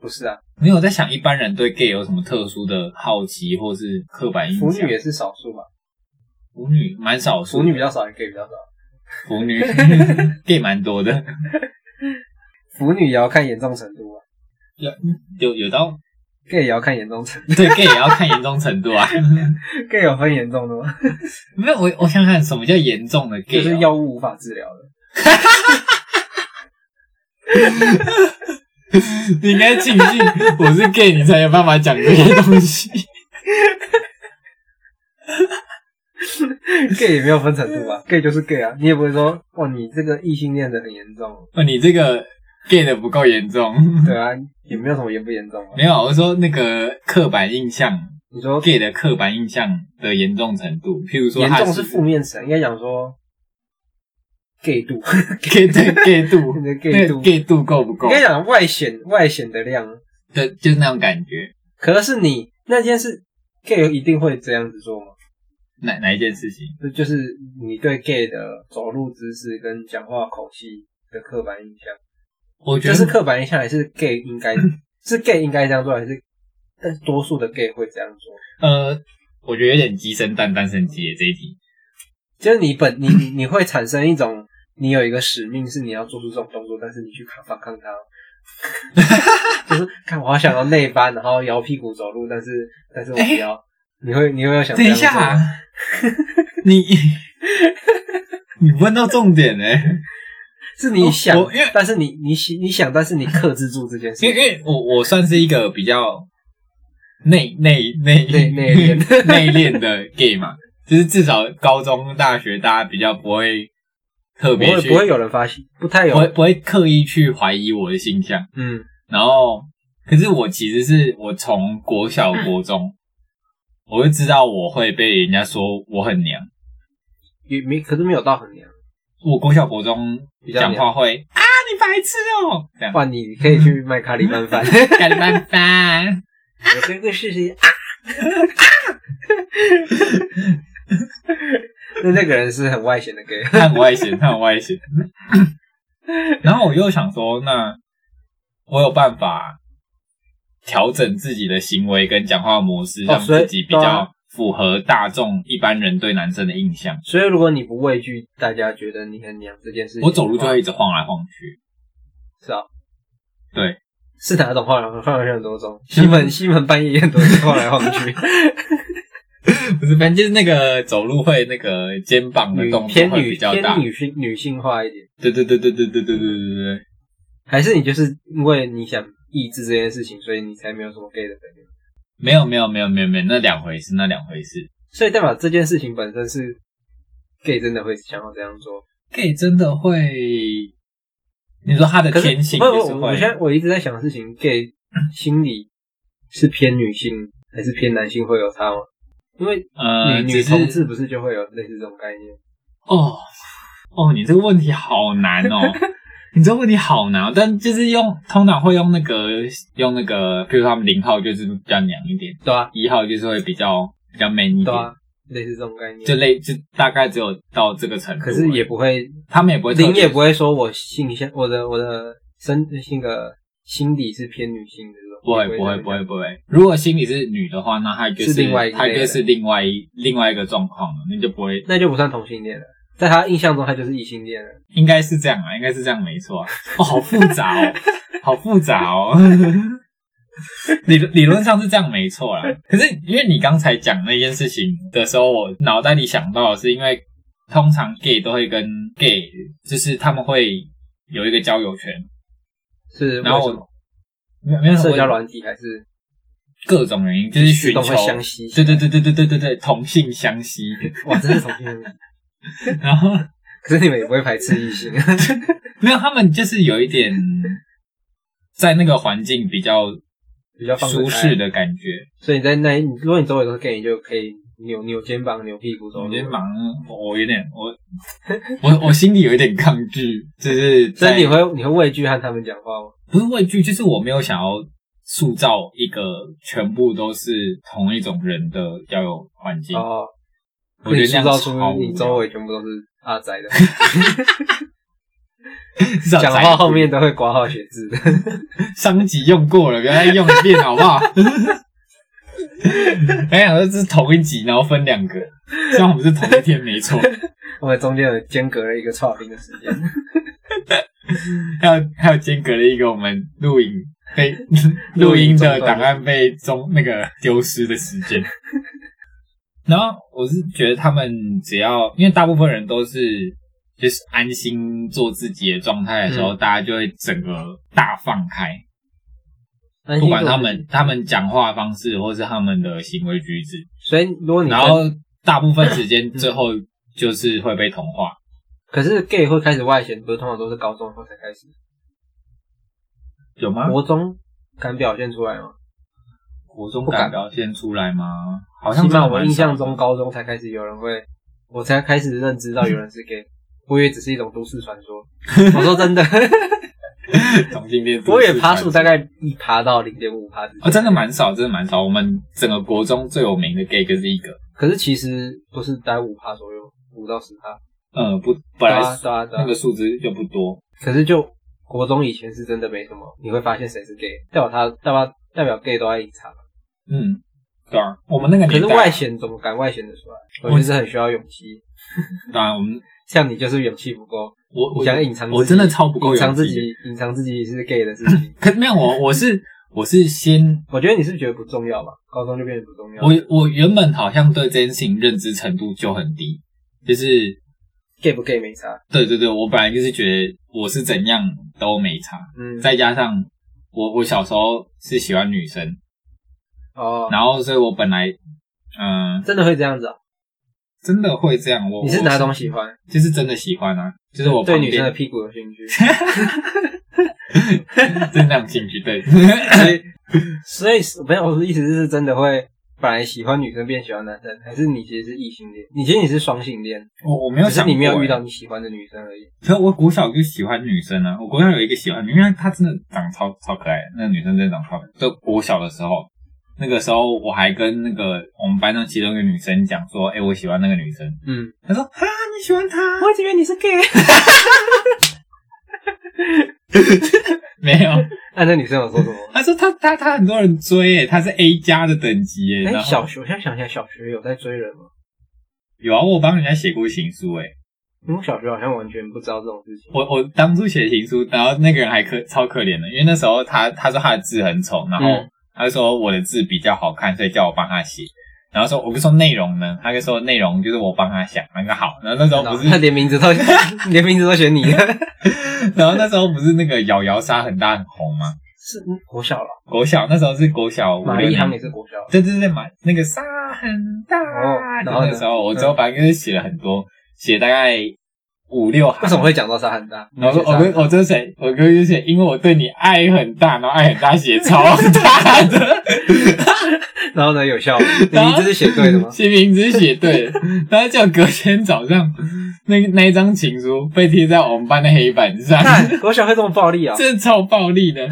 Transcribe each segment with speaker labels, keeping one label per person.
Speaker 1: 不是啊，
Speaker 2: 没有在想一般人对 gay 有什么特殊的好奇或是刻板印
Speaker 1: 腐
Speaker 2: 象。
Speaker 1: 女也是少数嘛，
Speaker 2: 腐女蛮少数，
Speaker 1: 腐女比较少，gay 比较少。
Speaker 2: 腐女 gay 蛮多的，
Speaker 1: 腐女也要看严重程度啊
Speaker 2: 有有有到
Speaker 1: ，gay 也要看严重程度
Speaker 2: 对 gay 也要看严重程度啊。
Speaker 1: ，gay 有分严重的吗？
Speaker 2: 没有我我想想看什么叫严重的 gay，、
Speaker 1: 就
Speaker 2: 哦、
Speaker 1: 是药物无法治疗的。
Speaker 2: 你应该庆幸我是 gay，你才有办法讲这些东西。
Speaker 1: gay 也没有分程度吧，gay 就是 gay 啊，你也不会说哦，你这个异性恋的很严 重，
Speaker 2: 哦，你这个 gay 的不够严重。
Speaker 1: 对啊，也没有什么严不严重啊
Speaker 2: 没。有，我说那个刻板印象
Speaker 1: 你说
Speaker 2: ，gay 的刻板印象的严重程度，譬如说
Speaker 1: 严
Speaker 2: 他
Speaker 1: 重是负面词啊，应该讲说 gay 度，
Speaker 2: gay 对 gay 度，
Speaker 1: 你的 gay
Speaker 2: 对
Speaker 1: 度，
Speaker 2: gay 度够不够
Speaker 1: 应？该讲外显外显的量。
Speaker 2: 对，就是那种感觉。
Speaker 1: 可是你那件事，gay 一定会这样子做吗？
Speaker 2: 哪哪一件事情？
Speaker 1: 就就是你对 gay 的走路姿势跟讲话口气的刻板印象，
Speaker 2: 我觉
Speaker 1: 这
Speaker 2: 得
Speaker 1: 是刻板印象还是 gay 应 该是 gay 应该这样做，还是但是多数的 gay 会这样做？
Speaker 2: 呃，我觉得有点鸡生蛋，蛋生鸡耶这一题。
Speaker 1: 就是你本你你你会产生一种你有一个使命是你要做出这种动作，但是你去抗反抗它， 就是看我好想要内翻，然后摇屁股走路，但是但是我不要，你会你会有想
Speaker 2: 等一
Speaker 1: 这样做吗
Speaker 2: 下，你 你问到重点嘞、
Speaker 1: 是你想
Speaker 2: 我因为，
Speaker 1: 但是你你想你想，但是你克制住这件事
Speaker 2: 因为因，为我我算是一个比较内内内
Speaker 1: 内内敛
Speaker 2: 内敛的 gay 嘛，就是至少高中、大学大家比较不会特
Speaker 1: 不
Speaker 2: 别
Speaker 1: 会
Speaker 2: 去
Speaker 1: 不会有人发现，不太有
Speaker 2: 不，会不会刻意去怀疑我的性向。
Speaker 1: 嗯，
Speaker 2: 然后，可是我其实是我从国小、国 中，我就知道我会被人家说我很娘。
Speaker 1: 也没，可是没有到很娘。
Speaker 2: 我国小、国中
Speaker 1: 比较
Speaker 2: 讲
Speaker 1: 娘
Speaker 2: 话会啊，你白痴哦、这 样
Speaker 1: 不然你可以去麦卡里拌 饭，
Speaker 2: 干你慢饭。
Speaker 1: 我这个试试啊。那那个人是很外显的 gay，
Speaker 2: 他很外显，他很外显。 然后我又想说，那我有办法调整自己的行为跟讲话模式，
Speaker 1: 哦
Speaker 2: 让
Speaker 1: 所以
Speaker 2: 自己比
Speaker 1: 对
Speaker 2: 较
Speaker 1: 啊
Speaker 2: 符合大众一般人对男生的印象。
Speaker 1: 所以如果你不畏惧大家觉得你很娘这件事情的话，
Speaker 2: 我走路就会一直晃来晃去，
Speaker 1: 是啊，
Speaker 2: 对，
Speaker 1: 是啊哪种晃来晃去很多种？西门西门半夜也很多人晃来晃 去，
Speaker 2: 不是，反正就是那个走路会那个肩膀的
Speaker 1: 女
Speaker 2: 动作
Speaker 1: 偏
Speaker 2: 会
Speaker 1: 女
Speaker 2: 比较大
Speaker 1: 偏。女性女性化一点。
Speaker 2: 对对对对对对对对对对对。
Speaker 1: 还是你就是因为你想抑制这件事情，所以你才没有什么 gay 的朋友，
Speaker 2: 没有没有没有没有没有，那两回事，那两回事。
Speaker 1: 所以代表这件事情本身是 gay 真的会想要这样做。
Speaker 2: gay 真的会，你说他的
Speaker 1: 可是
Speaker 2: 天性
Speaker 1: 不
Speaker 2: 也
Speaker 1: 不
Speaker 2: 是
Speaker 1: 不，
Speaker 2: 会
Speaker 1: 我现在我一直在想的事情，gay 心理是偏女性还是偏男性会有差吗？因为
Speaker 2: 呃，
Speaker 1: 女
Speaker 2: 只
Speaker 1: 女
Speaker 2: 是
Speaker 1: 同志不是就会有类似这种概念？
Speaker 2: 哦哦，你这个问题好难哦，你这个问题好难、哦，但就是用通常会用那个用那个，比如说他们零号就是比较娘一点，
Speaker 1: 对啊，
Speaker 2: 一号就是会比较比较 man 一
Speaker 1: 对
Speaker 2: 点，
Speaker 1: 啊，类似这种概念。
Speaker 2: 就类就大概只有到这个程度而
Speaker 1: 可
Speaker 2: 已，
Speaker 1: 是也不会，
Speaker 2: 他们也不会特别
Speaker 1: 零也不会说我性向，我的我的身那个心理是偏女性的这种，
Speaker 2: 不会
Speaker 1: 也
Speaker 2: 不会
Speaker 1: 这样
Speaker 2: 不会不会，如果心里是女的话，那她就是
Speaker 1: 是另外一个
Speaker 2: 她
Speaker 1: 类
Speaker 2: 就
Speaker 1: 的
Speaker 2: 是另外一另外一个状况了，那就不会
Speaker 1: 那就不算同性恋了。在他印象中，他就是异性恋了。
Speaker 2: 应该是这样啊，应该是这样没错、啊。哦，好复杂 哦，好复杂哦。 理理论上是这样没错啦，可是因为你刚才讲那件事情的时候，我脑袋里想到的是，因为通常 gay 都会跟 gay，就是他们会有一个交友圈，
Speaker 1: 是
Speaker 2: 然后
Speaker 1: 为什么
Speaker 2: 我没有没有
Speaker 1: 社交
Speaker 2: 我
Speaker 1: 软体还是
Speaker 2: 各种原因，就是
Speaker 1: 自
Speaker 2: 寻求
Speaker 1: 动会相吸？
Speaker 2: 对对对对对对对对同性 相吸，
Speaker 1: 哇，真是同性恋。
Speaker 2: 然后
Speaker 1: 可是你们也不会排斥异性，
Speaker 2: 没有他们就是有一点在那个环境比较
Speaker 1: 比较放得
Speaker 2: 舒
Speaker 1: 开
Speaker 2: 适。的感觉。
Speaker 1: 所以你在那，你如果你周围都是 gay，你就可以扭扭肩膀、扭屁股走
Speaker 2: 我
Speaker 1: 路。
Speaker 2: 觉得忙，我有点，我我我心里有一点抗拒，就是
Speaker 1: 所
Speaker 2: 在
Speaker 1: 以你会你会畏惧和他们讲话吗？
Speaker 2: 不是畏惧，就是我没有想要塑造一个全部都是同一种人的交友环境。
Speaker 1: 哦，
Speaker 2: 嗯我觉得
Speaker 1: 可以
Speaker 2: 这样
Speaker 1: 塑造出
Speaker 2: 超无
Speaker 1: 你
Speaker 2: 聊
Speaker 1: 周围全部都是阿宅的。
Speaker 2: 至少
Speaker 1: 讲
Speaker 2: 宅
Speaker 1: 话后面都会挂号写字的。
Speaker 2: 伤及用过了，不要再用一遍好不 好？哎呀，这是同一集，然后分两个，虽然我们是同一天没错，
Speaker 1: 我们中间有间隔了一个差评的时间，
Speaker 2: 还有还有间隔了一个我们录影被录音的档案被中那个丢失的时间。然后我是觉得他们只要，因为大部分人都是就是安心做自己的状态的时候，大家就会整个大放开，不管他们他们讲话方式或是他们的行为举止，
Speaker 1: 所以如果你
Speaker 2: 然后大部分时间最后就是会被同化。
Speaker 1: 可是 gay 会开始外显，不是通常都是高中后才开始，
Speaker 2: 有吗？
Speaker 1: 国中敢表现出来吗？
Speaker 2: 国中
Speaker 1: 不敢
Speaker 2: 敢表现出来吗？好像
Speaker 1: 起
Speaker 2: 真
Speaker 1: 码
Speaker 2: 的
Speaker 1: 我
Speaker 2: 蛮
Speaker 1: 印
Speaker 2: 少
Speaker 1: 象
Speaker 2: 的
Speaker 1: 中，高中才开始有人会，我才开始认知到有人是 gay，我以为只是一种都市传 说。我说真的，
Speaker 2: 同性恋，
Speaker 1: 我也爬树大概一爬到零点五爬之间
Speaker 2: 啊，真的。蛮少，真的蛮少。我们整个国中最有名的 gay 就是一个，
Speaker 1: 可是其实不是待五趴左右，五到十趴，
Speaker 2: 嗯，不，本来
Speaker 1: 对啊对啊对啊
Speaker 2: 那个数字就不多，
Speaker 1: 可是就国中以前是真的没什么，你会发现谁是 gay，代表他代表代表 gay 都在隐藏。
Speaker 2: 嗯，对啊，我们那个
Speaker 1: 可
Speaker 2: 年
Speaker 1: 是
Speaker 2: 代，
Speaker 1: 外显怎么敢外显得出来？我觉得是很需要勇气，
Speaker 2: 当啊然我们
Speaker 1: 像你就是勇气不够，
Speaker 2: 我
Speaker 1: 你
Speaker 2: 我
Speaker 1: 想隐藏自己，
Speaker 2: 我真的超不够
Speaker 1: 隐藏
Speaker 2: 勇气
Speaker 1: 自己，隐藏自己是 gay 的事
Speaker 2: 。
Speaker 1: 情
Speaker 2: 可没有我我是我是先
Speaker 1: 我觉得你是觉得不重要吧，高中就变得不重要。
Speaker 2: 我我原本好像对这件事情认知程度就很低，就是
Speaker 1: gay 不 gay 没差，
Speaker 2: 对对对，我本来就是觉得我是怎样都没差，
Speaker 1: 嗯，
Speaker 2: 再加上我我小时候是喜欢女生，
Speaker 1: 哦，
Speaker 2: 然后所以我本来嗯、
Speaker 1: 真的会这样子啊？
Speaker 2: 真的会这样，我
Speaker 1: 你是哪种喜欢？
Speaker 2: 我就是真的喜欢啊，就是我
Speaker 1: 对
Speaker 2: 旁
Speaker 1: 女生的
Speaker 2: 边
Speaker 1: 屁股有兴趣，
Speaker 2: 真的有兴趣，对，
Speaker 1: 所以所以没有我的意思是真的会。本来喜欢女生变喜欢男生，还是你其实是异性恋？你其实你是双性恋，
Speaker 2: 我我没
Speaker 1: 只
Speaker 2: 有
Speaker 1: 是
Speaker 2: 想
Speaker 1: 你没有
Speaker 2: 过
Speaker 1: 遇到
Speaker 2: 欸，
Speaker 1: 你喜欢的女生而已。
Speaker 2: 可是我国小就喜欢女生啊，我国小有一个喜欢，因为她真的长得超超可爱，那个女生真的长得超可爱，就国小的时候。那个时候我还跟那个我们班上其中一个女生讲说，哎、我喜欢那个女生。
Speaker 1: 嗯，
Speaker 2: 她说，哈，你喜欢她？
Speaker 1: 我以为你是 gay。
Speaker 2: 没有，
Speaker 1: 啊那、那女生有说什 么？
Speaker 2: 他说他他他很多人追耶，他是 A 加的等级耶。
Speaker 1: 哎、
Speaker 2: 然后
Speaker 1: 小学，我现在想起来，小学有在追人吗？
Speaker 2: 有啊，我帮人家写过情书哎，
Speaker 1: 因为我小学好像完全不知道这种事情。
Speaker 2: 我我当初写情书，然后那个人还可超可怜的，因为那时候他他说他的字很丑，然后
Speaker 1: 嗯
Speaker 2: 他就说我的字比较好看，所以叫我帮他写。然后说我不是说内容呢，他就说内容就是我帮他想，那个好。然后那时候不是
Speaker 1: 他，连名字都 连名字都选你，
Speaker 2: 然后那时候不是那个咬摇沙很大很红吗？
Speaker 1: 是嗯国小了，
Speaker 2: 国小那时候是国小五
Speaker 1: 马
Speaker 2: 六
Speaker 1: 一
Speaker 2: 年
Speaker 1: 航也是国小了。
Speaker 2: 对对对，买那个沙很大。
Speaker 1: 哦然后呢
Speaker 2: 那时候我之后反正就是写了很多，写大概五六行。
Speaker 1: 为什么？会讲到沙很 大？
Speaker 2: 然后我跟我真写，我跟就写，因为我对你爱很大，然后爱很大写超大的，
Speaker 1: 哦 然后呢有效吗？ 你名字是写对的吗？
Speaker 2: 写名字写对，然后就隔天早上，那那一张情书被贴在我们班的黑板上，
Speaker 1: 看国小会这么暴力啊、
Speaker 2: 真的超暴力的，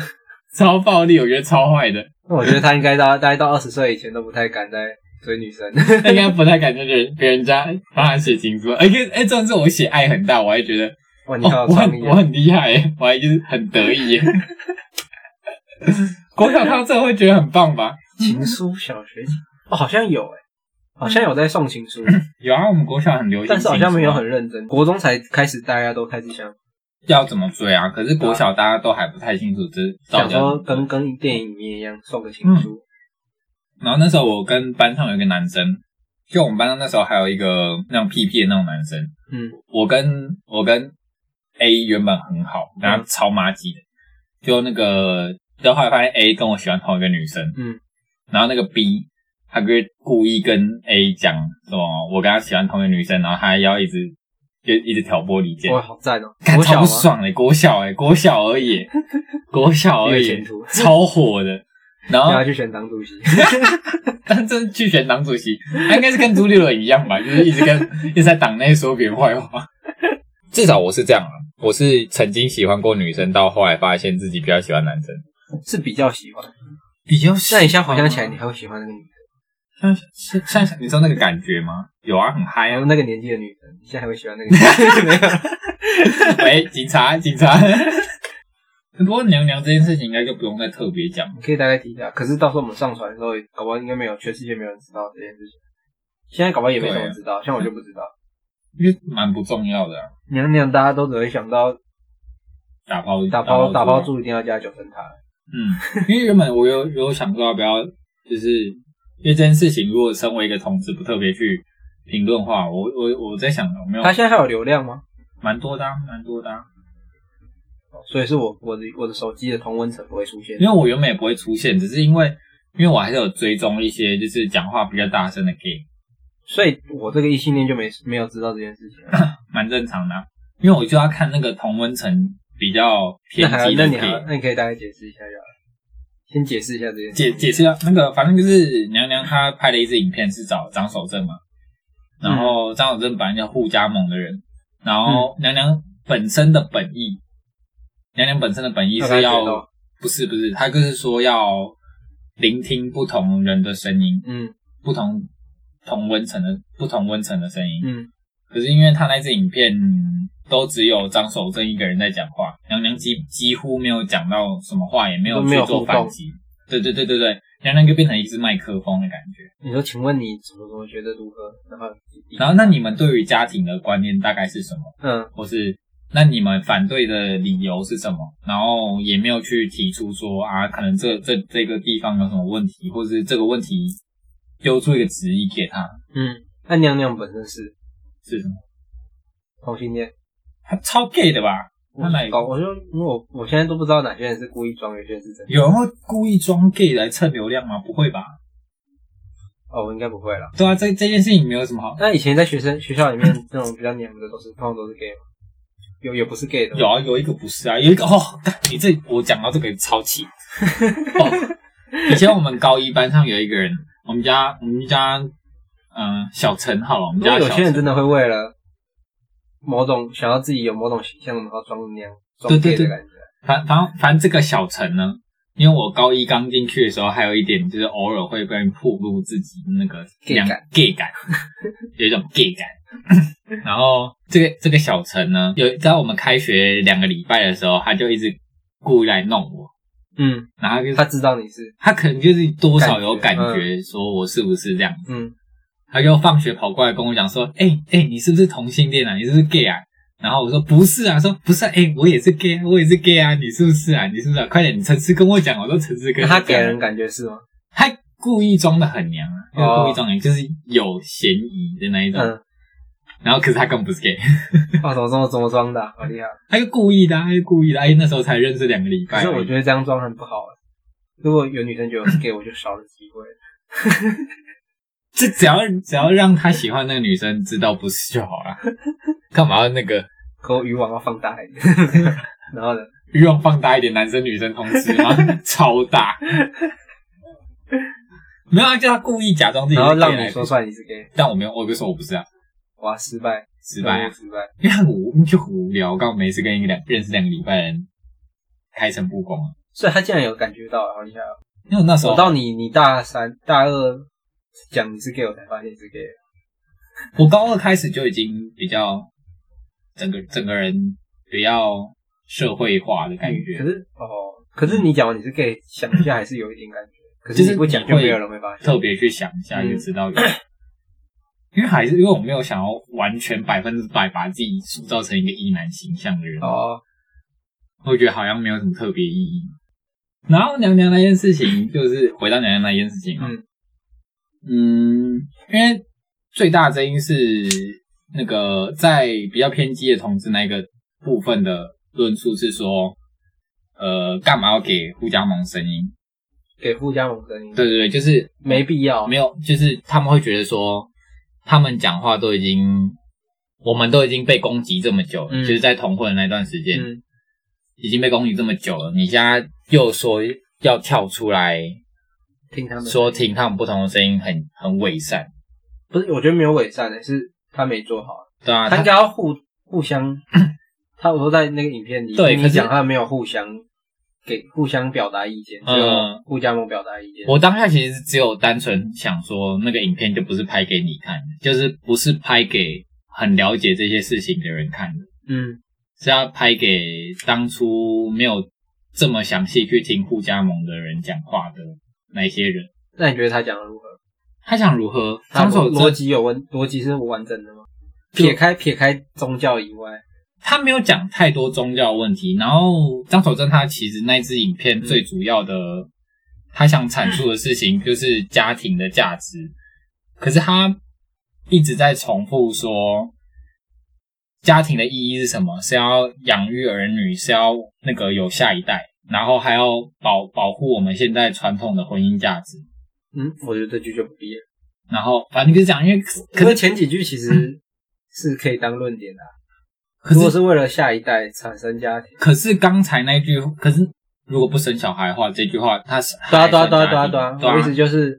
Speaker 2: 超暴力，我觉得超坏的。
Speaker 1: 那我觉得他应该到大概到二十岁以前都不太敢再追女生。
Speaker 2: 他应该不太敢跟人别人家帮他写情书，而且哎，这次我写爱很大，我还觉得
Speaker 1: 哇，你
Speaker 2: 哦
Speaker 1: 好，
Speaker 2: 我
Speaker 1: 有创
Speaker 2: 很
Speaker 1: 意
Speaker 2: 我
Speaker 1: 啊！
Speaker 2: 很厉害耶，我还就是很得意 耶。国小看到这个会觉得很棒吧？
Speaker 1: 情书小学情哦，好像有哎、好像有在送情书，
Speaker 2: 有啊，我们国小很流行情
Speaker 1: 但
Speaker 2: 书
Speaker 1: 是
Speaker 2: 啊，
Speaker 1: 好像没有很认真。国中才开始，大家都开始想
Speaker 2: 要怎么追啊。可是国小大家都还不太清楚这到
Speaker 1: 想
Speaker 2: 底要
Speaker 1: 说
Speaker 2: 怎么追
Speaker 1: 跟跟电影里面一样送个情书，
Speaker 2: 然后那时候我跟班上有一个男生，就我们班上那时候还有一个那种屁屁的那种男生，
Speaker 1: 嗯，
Speaker 2: 我跟我跟 A 原本很好，然后超妈鸡的，就那个，然后后来发现 A 跟我喜欢同一个女生，
Speaker 1: 嗯，
Speaker 2: 然后那个 B 他就会故意跟 A 讲什么，我跟他喜欢同一个女生，然后他还要一直就一直挑拨离间
Speaker 1: 哇，，好赞哦、
Speaker 2: 干
Speaker 1: 国
Speaker 2: 超
Speaker 1: 小
Speaker 2: 不
Speaker 1: 吗？
Speaker 2: 爽的、国小哎、国小 而已，国小而
Speaker 1: 有
Speaker 2: 已
Speaker 1: 前，途，
Speaker 2: 超火的，然后
Speaker 1: 然后去选党主 席，
Speaker 2: 但真的去选党主席，他应该是跟朱立伦一样吧，就是一直跟 一直在党内说别人坏话。 至少我是这样啊，我是曾经喜欢过女生，到后来发现自己比较喜欢男生，
Speaker 1: 是比较喜欢。
Speaker 2: 比较。
Speaker 1: 那你现在回想起来，你还会喜欢那个女的？
Speaker 2: 像像像像你说那个感觉吗？有啊，很
Speaker 1: 还
Speaker 2: 嗨啊
Speaker 1: 哎有！那个年纪的女生，你现在还会喜欢 那个年纪？
Speaker 2: 喂，警察，警察。 不过娘娘这件事情应该就不用再特别讲了。
Speaker 1: 你可以大概提一下。可是到时候我们上传的时候，搞不好应该没有，全世界没有人知道这件事情。现在搞不好也没什么人知
Speaker 2: 嗯
Speaker 1: 道，像我就不知道。
Speaker 2: 因为蛮不重要的、啊。
Speaker 1: 娘娘，大家都只会想到
Speaker 2: 打包
Speaker 1: 打包打包
Speaker 2: 住，
Speaker 1: 住一定要加九层塔。
Speaker 2: 嗯，因为原本我有有想过要不要，就是因为这件事情，如果身为一个同志不特别去评论的话，我我我在想有没有
Speaker 1: 他现在还有流量吗？
Speaker 2: 蛮多的、啊，蛮多的、啊，
Speaker 1: 所以是我我的我的手机的同温层不会出现
Speaker 2: 因。为我原本也不会出现，只是因为因为我还是有追踪一些就是讲话比较大声的 gay，
Speaker 1: 所以我这个异性恋就没没有知道这件事情啊。
Speaker 2: 蛮正常的啊、因为我就要看那个同温层比较
Speaker 1: 那
Speaker 2: 偏
Speaker 1: 还
Speaker 2: 激
Speaker 1: 那
Speaker 2: 的
Speaker 1: 你啊还
Speaker 2: gay。
Speaker 1: 那你可以大概解释一下就好了。先解释一下这件事
Speaker 2: 解
Speaker 1: 情
Speaker 2: 解释一下那个，反正就是娘娘她拍了一支影片，是找张守正嘛，然后张守正本来叫互加盟的人，然后娘娘本身的本意，娘娘本身的本意是
Speaker 1: 要
Speaker 2: 要
Speaker 1: 跟他决斗
Speaker 2: 不是不是，她就是说要聆听不同人的声音，
Speaker 1: 嗯
Speaker 2: 不同同温层的不同温层的声音。
Speaker 1: 嗯，
Speaker 2: 可是因为她那支影片都只有张守正一个人在讲话，娘娘几几乎没有讲到什么话，也没有
Speaker 1: 都
Speaker 2: 去
Speaker 1: 没有
Speaker 2: 做
Speaker 1: 互动
Speaker 2: 反击。对对对对对，娘娘就变成一支麦克风的感觉。
Speaker 1: 你说，请问你怎么怎么觉得如何？然后
Speaker 2: 然后，那你们对于家庭的观念大概是什么？
Speaker 1: 嗯
Speaker 2: 或是那你们反对的理由是什么？然后也没有去提出说啊，可能这这这个地方有什么问题，或是这个问题丢出一个质疑给他
Speaker 1: 嗯，那娘娘本身是
Speaker 2: 是什么？
Speaker 1: 同性恋，
Speaker 2: 他超 gay 的吧？
Speaker 1: 我
Speaker 2: 他哪
Speaker 1: 搞我就因为我我现在都不知道哪些人是故意装，有些人是真的。
Speaker 2: 有人会故意装 gay 来蹭流量吗？不会吧？
Speaker 1: 哦，我应该不会啦。
Speaker 2: 对啊，这这件事情没有什么好。
Speaker 1: 那以前在学生学校里面，那种比较娘的都是通常都是 gay 吗？有有不是 gay 的吗？
Speaker 2: 有啊，有一个不是啊，有一个哦，干你这我讲到这个 超气。哦，以前我们高一班上有一个人，我们家我们家嗯、呃小陈好了，我们
Speaker 1: 因
Speaker 2: 家
Speaker 1: 为有
Speaker 2: 小
Speaker 1: 些人
Speaker 2: 陈，
Speaker 1: 真的会为了某种想要自己有某种形象，然后装娘装
Speaker 2: 对
Speaker 1: gay
Speaker 2: 对
Speaker 1: 的
Speaker 2: 对
Speaker 1: 感觉。
Speaker 2: 反反正反正这个小陈呢，因为我高一刚进去的时候，还有一点就是偶尔会被暴露自己那个
Speaker 1: gay
Speaker 2: 娘
Speaker 1: 感
Speaker 2: gay 感，有一种 gay 感。 然后这个这个小陈呢，有在我们开学两个礼拜的时候，他就一直故意来弄我，
Speaker 1: 嗯，
Speaker 2: 然后他就
Speaker 1: 他知道你是
Speaker 2: 他可能就是多少有感
Speaker 1: 感觉
Speaker 2: 觉，说我是不是这样子。
Speaker 1: 嗯
Speaker 2: 他就放学跑过来跟我讲说：“哎、哎、你是不是同性恋啊？你是不是 gay 啊？”然后我说：“不是啊。”说：“不是、啊，哎、我也是 gay 啊，我也是 gay 啊，你是不是啊？你是不是、啊？快点，你诚实跟我讲。”我说：“诚实跟
Speaker 1: 那他
Speaker 2: 我讲。”
Speaker 1: 给人感觉是吗？
Speaker 2: 他故意装的很娘啊，
Speaker 1: 哦
Speaker 2: 就故意装的，就是有嫌疑的那一种。
Speaker 1: 嗯，
Speaker 2: 然后可是他根本不是 gay，
Speaker 1: 哦，怎么怎么怎么装的啊，好厉害！
Speaker 2: 他就故意的、啊，他就故意的、啊。哎、那时候才认识两个礼
Speaker 1: 可
Speaker 2: 拜而已，
Speaker 1: 是我觉得这样装很不好啊。如果有女生觉得我是 gay，我就少了机会。
Speaker 2: 这只要只要让他喜欢那个女生知道不是就好了，干嘛要那个？
Speaker 1: 可我渔网要放大一点。 然后呢？
Speaker 2: 欲望放大一点，男生女生通吃 吗？超大。没有啊，就他故意假装自己是
Speaker 1: 然后让
Speaker 2: gay 来
Speaker 1: 你说出来你是 gay，
Speaker 2: 但我没有，我就说我不是啊，
Speaker 1: 哇，失败，
Speaker 2: 失败啊，
Speaker 1: 失败。
Speaker 2: 因为很无就很无聊，我刚好没事跟一个两认识两个礼拜的人开诚布公啊。
Speaker 1: 所以他竟然有感觉到，好厉害哦！
Speaker 2: 因为那时候
Speaker 1: 我到你你大三大二讲你是 gay，我才发现你是 gay。
Speaker 2: 我高二开始就已经比较整个整个人比较社会化的感觉，
Speaker 1: 可是哦，可是你讲完你是 gay，想一下还是有一点感觉。可
Speaker 2: 就是是
Speaker 1: 你不讲
Speaker 2: 你
Speaker 1: 就
Speaker 2: 会
Speaker 1: 没有人会发现。
Speaker 2: 特别去想一
Speaker 1: 嗯
Speaker 2: 下就知道有。因为还是因为我没有想要完全百分之百把自己塑造成一个异男形象的人，
Speaker 1: 哦，
Speaker 2: 我觉得好像没有什么特别意义。然后娘娘那件事情，就是回到娘娘那件事情嘛，哦
Speaker 1: 嗯
Speaker 2: 嗯因为最大的争议是那个在比较偏激的同志那一个部分的论述是说，呃，干嘛要给互加盟声音？
Speaker 1: 给互加盟声音，
Speaker 2: 对，对对，就是
Speaker 1: 没必要。
Speaker 2: 哦没有，就是他们会觉得说，他们讲话都已经，我们都已经被攻击这么久了，
Speaker 1: 嗯
Speaker 2: 就是在同婚的那段时间，
Speaker 1: 嗯，
Speaker 2: 已经被攻击这么久了，你现在又说要跳出来
Speaker 1: 听他们
Speaker 2: 说听他们不同的声音很很伪善，
Speaker 1: 不是，我觉得没有伪善的欸是他没做好，
Speaker 2: 对啊，
Speaker 1: 他应该要互互相。他我说在那个影片里，
Speaker 2: 对可
Speaker 1: 你
Speaker 2: 是
Speaker 1: 讲他没有互相给互相表达意见，
Speaker 2: 嗯
Speaker 1: 只有互加盟表达意见。
Speaker 2: 我当下其实只有单纯想说，那个影片就不是拍给你看的，就是不是拍给很了解这些事情的人看的，
Speaker 1: 嗯
Speaker 2: 是要拍给当初没有这么详细去听互加盟的人讲话的那一些人。
Speaker 1: 那你觉得他讲的如何？
Speaker 2: 他想如何？
Speaker 1: 他
Speaker 2: 张守
Speaker 1: 逻
Speaker 2: 之
Speaker 1: 辑有完，逻辑是完整的吗？
Speaker 2: 就
Speaker 1: 撇开撇开宗教以外，
Speaker 2: 他没有讲太多宗教问题，然后张守贞他其实那支影片最主要的，他想阐述的事情就是家庭的价值，可是他一直在重复说，家庭的意义是什么？是要养育儿女，是要那个有下一代，然后还要保保护我们现在传统的婚姻价值，
Speaker 1: 嗯，我觉得这句就不必了。
Speaker 2: 然后反正就是讲，因为可
Speaker 1: 可是
Speaker 2: 是
Speaker 1: 前几句其 实是可以当论点的啊、
Speaker 2: 可
Speaker 1: 如果
Speaker 2: 是
Speaker 1: 是为了下一代产生家庭，
Speaker 2: 可是刚才那句，可是如果不生小孩的话，这句话他是
Speaker 1: 对啊对啊对啊
Speaker 2: 还
Speaker 1: 对啊
Speaker 2: 算
Speaker 1: 对
Speaker 2: 家
Speaker 1: 啊
Speaker 2: 庭，
Speaker 1: 我意思就是，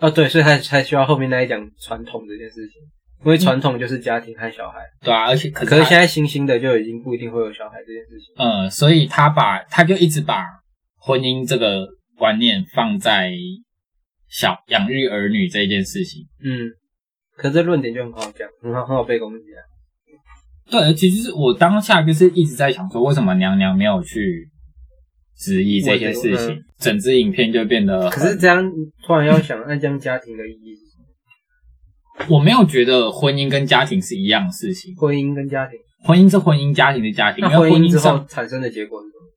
Speaker 1: 哦对，所以才才需要后面那一讲传统这件事情，因为传统就是家庭和小孩，
Speaker 2: 对啊，而且可
Speaker 1: 可是
Speaker 2: 是
Speaker 1: 现
Speaker 2: 他
Speaker 1: 在新兴的就已经不一定会有小孩这件事情。
Speaker 2: 呃，所以他把他就一直把婚姻这个观念放在小养育儿女这件事情。
Speaker 1: 嗯，可是这论点就很好讲，很好很好被攻击啊。
Speaker 2: 对，其实我当下就是一直在想说，为什么娘娘没有去质疑这些事
Speaker 1: 我觉得
Speaker 2: 情？整支影片就变得很，
Speaker 1: 可是这样突然要想，那这样家庭的意义是什么？
Speaker 2: 我没有觉得婚姻跟家庭是一样的事情。
Speaker 1: 婚姻跟家庭，
Speaker 2: 婚姻是婚姻，家庭的家庭，
Speaker 1: 那
Speaker 2: 因为
Speaker 1: 婚
Speaker 2: 婚
Speaker 1: 姻之
Speaker 2: 上
Speaker 1: 后产生的结果是什么？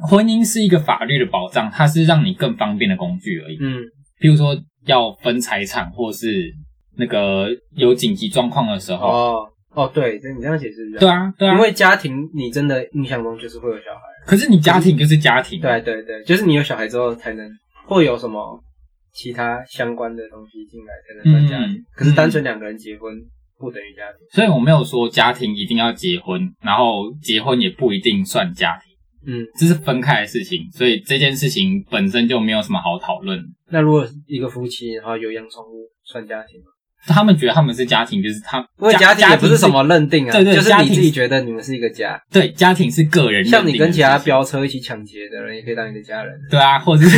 Speaker 2: 婚婚姻是一个法律的保障，它是让你更方便的工具而已。
Speaker 1: 嗯
Speaker 2: 譬如说要分财产，或是那个有紧急状况的时候，
Speaker 1: 哦哦，对，这你这样解释比较
Speaker 2: 对啊，对啊
Speaker 1: 因。为家庭，你真的印象中就是会有小孩。
Speaker 2: 可是你家庭就是家庭，
Speaker 1: 对对对，就是你有小孩之后才能会有什么其他相关的东西进来，才能算家庭。
Speaker 2: 嗯
Speaker 1: 可是单纯两个人结婚不等于家庭。
Speaker 2: 所以我没有说家庭一定要结婚，然后结婚也不一定算家庭，
Speaker 1: 嗯，
Speaker 2: 这是分开的事情。所以这件事情本身就没有什么好讨论。
Speaker 1: 那如果一个夫妻然后有养宠物算家庭吗？
Speaker 2: 他们觉得他们是家庭，就是他
Speaker 1: 因为家庭也不是
Speaker 2: 是
Speaker 1: 什么认定啊，
Speaker 2: 对对
Speaker 1: 就是
Speaker 2: 家
Speaker 1: 你
Speaker 2: 庭
Speaker 1: 自己觉得你们是一个家。
Speaker 2: 对家庭是个人认定的
Speaker 1: 像你跟其他
Speaker 2: 事情
Speaker 1: 飙车一起抢劫的人，也可以当你的家人。
Speaker 2: 对啊，或者 是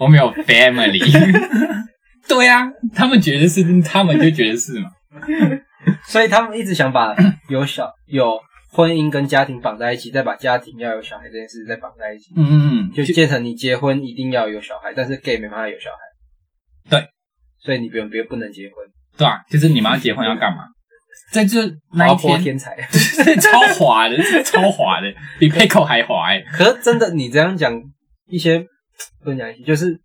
Speaker 2: 我们有 family，对啊，他们觉得是，他们就觉得是嘛。
Speaker 1: 所以他们一直想把有小有婚姻跟家庭绑在一起，再把家庭要有小孩这件事再绑在一起，
Speaker 2: 嗯嗯
Speaker 1: 就变成你结婚一定要有小孩，但是 gay 没办法有小孩。
Speaker 2: 对，
Speaker 1: 所以你不用不用不能结婚，
Speaker 2: 对啊，就是你们要结婚要干嘛？在这那
Speaker 1: 滑
Speaker 2: 一
Speaker 1: 坡
Speaker 2: 天，
Speaker 1: 天才。
Speaker 2: 超滑的，超滑的，比 Pickle 还滑哎、
Speaker 1: 可是真的，你这样讲一些不能讲一些，就是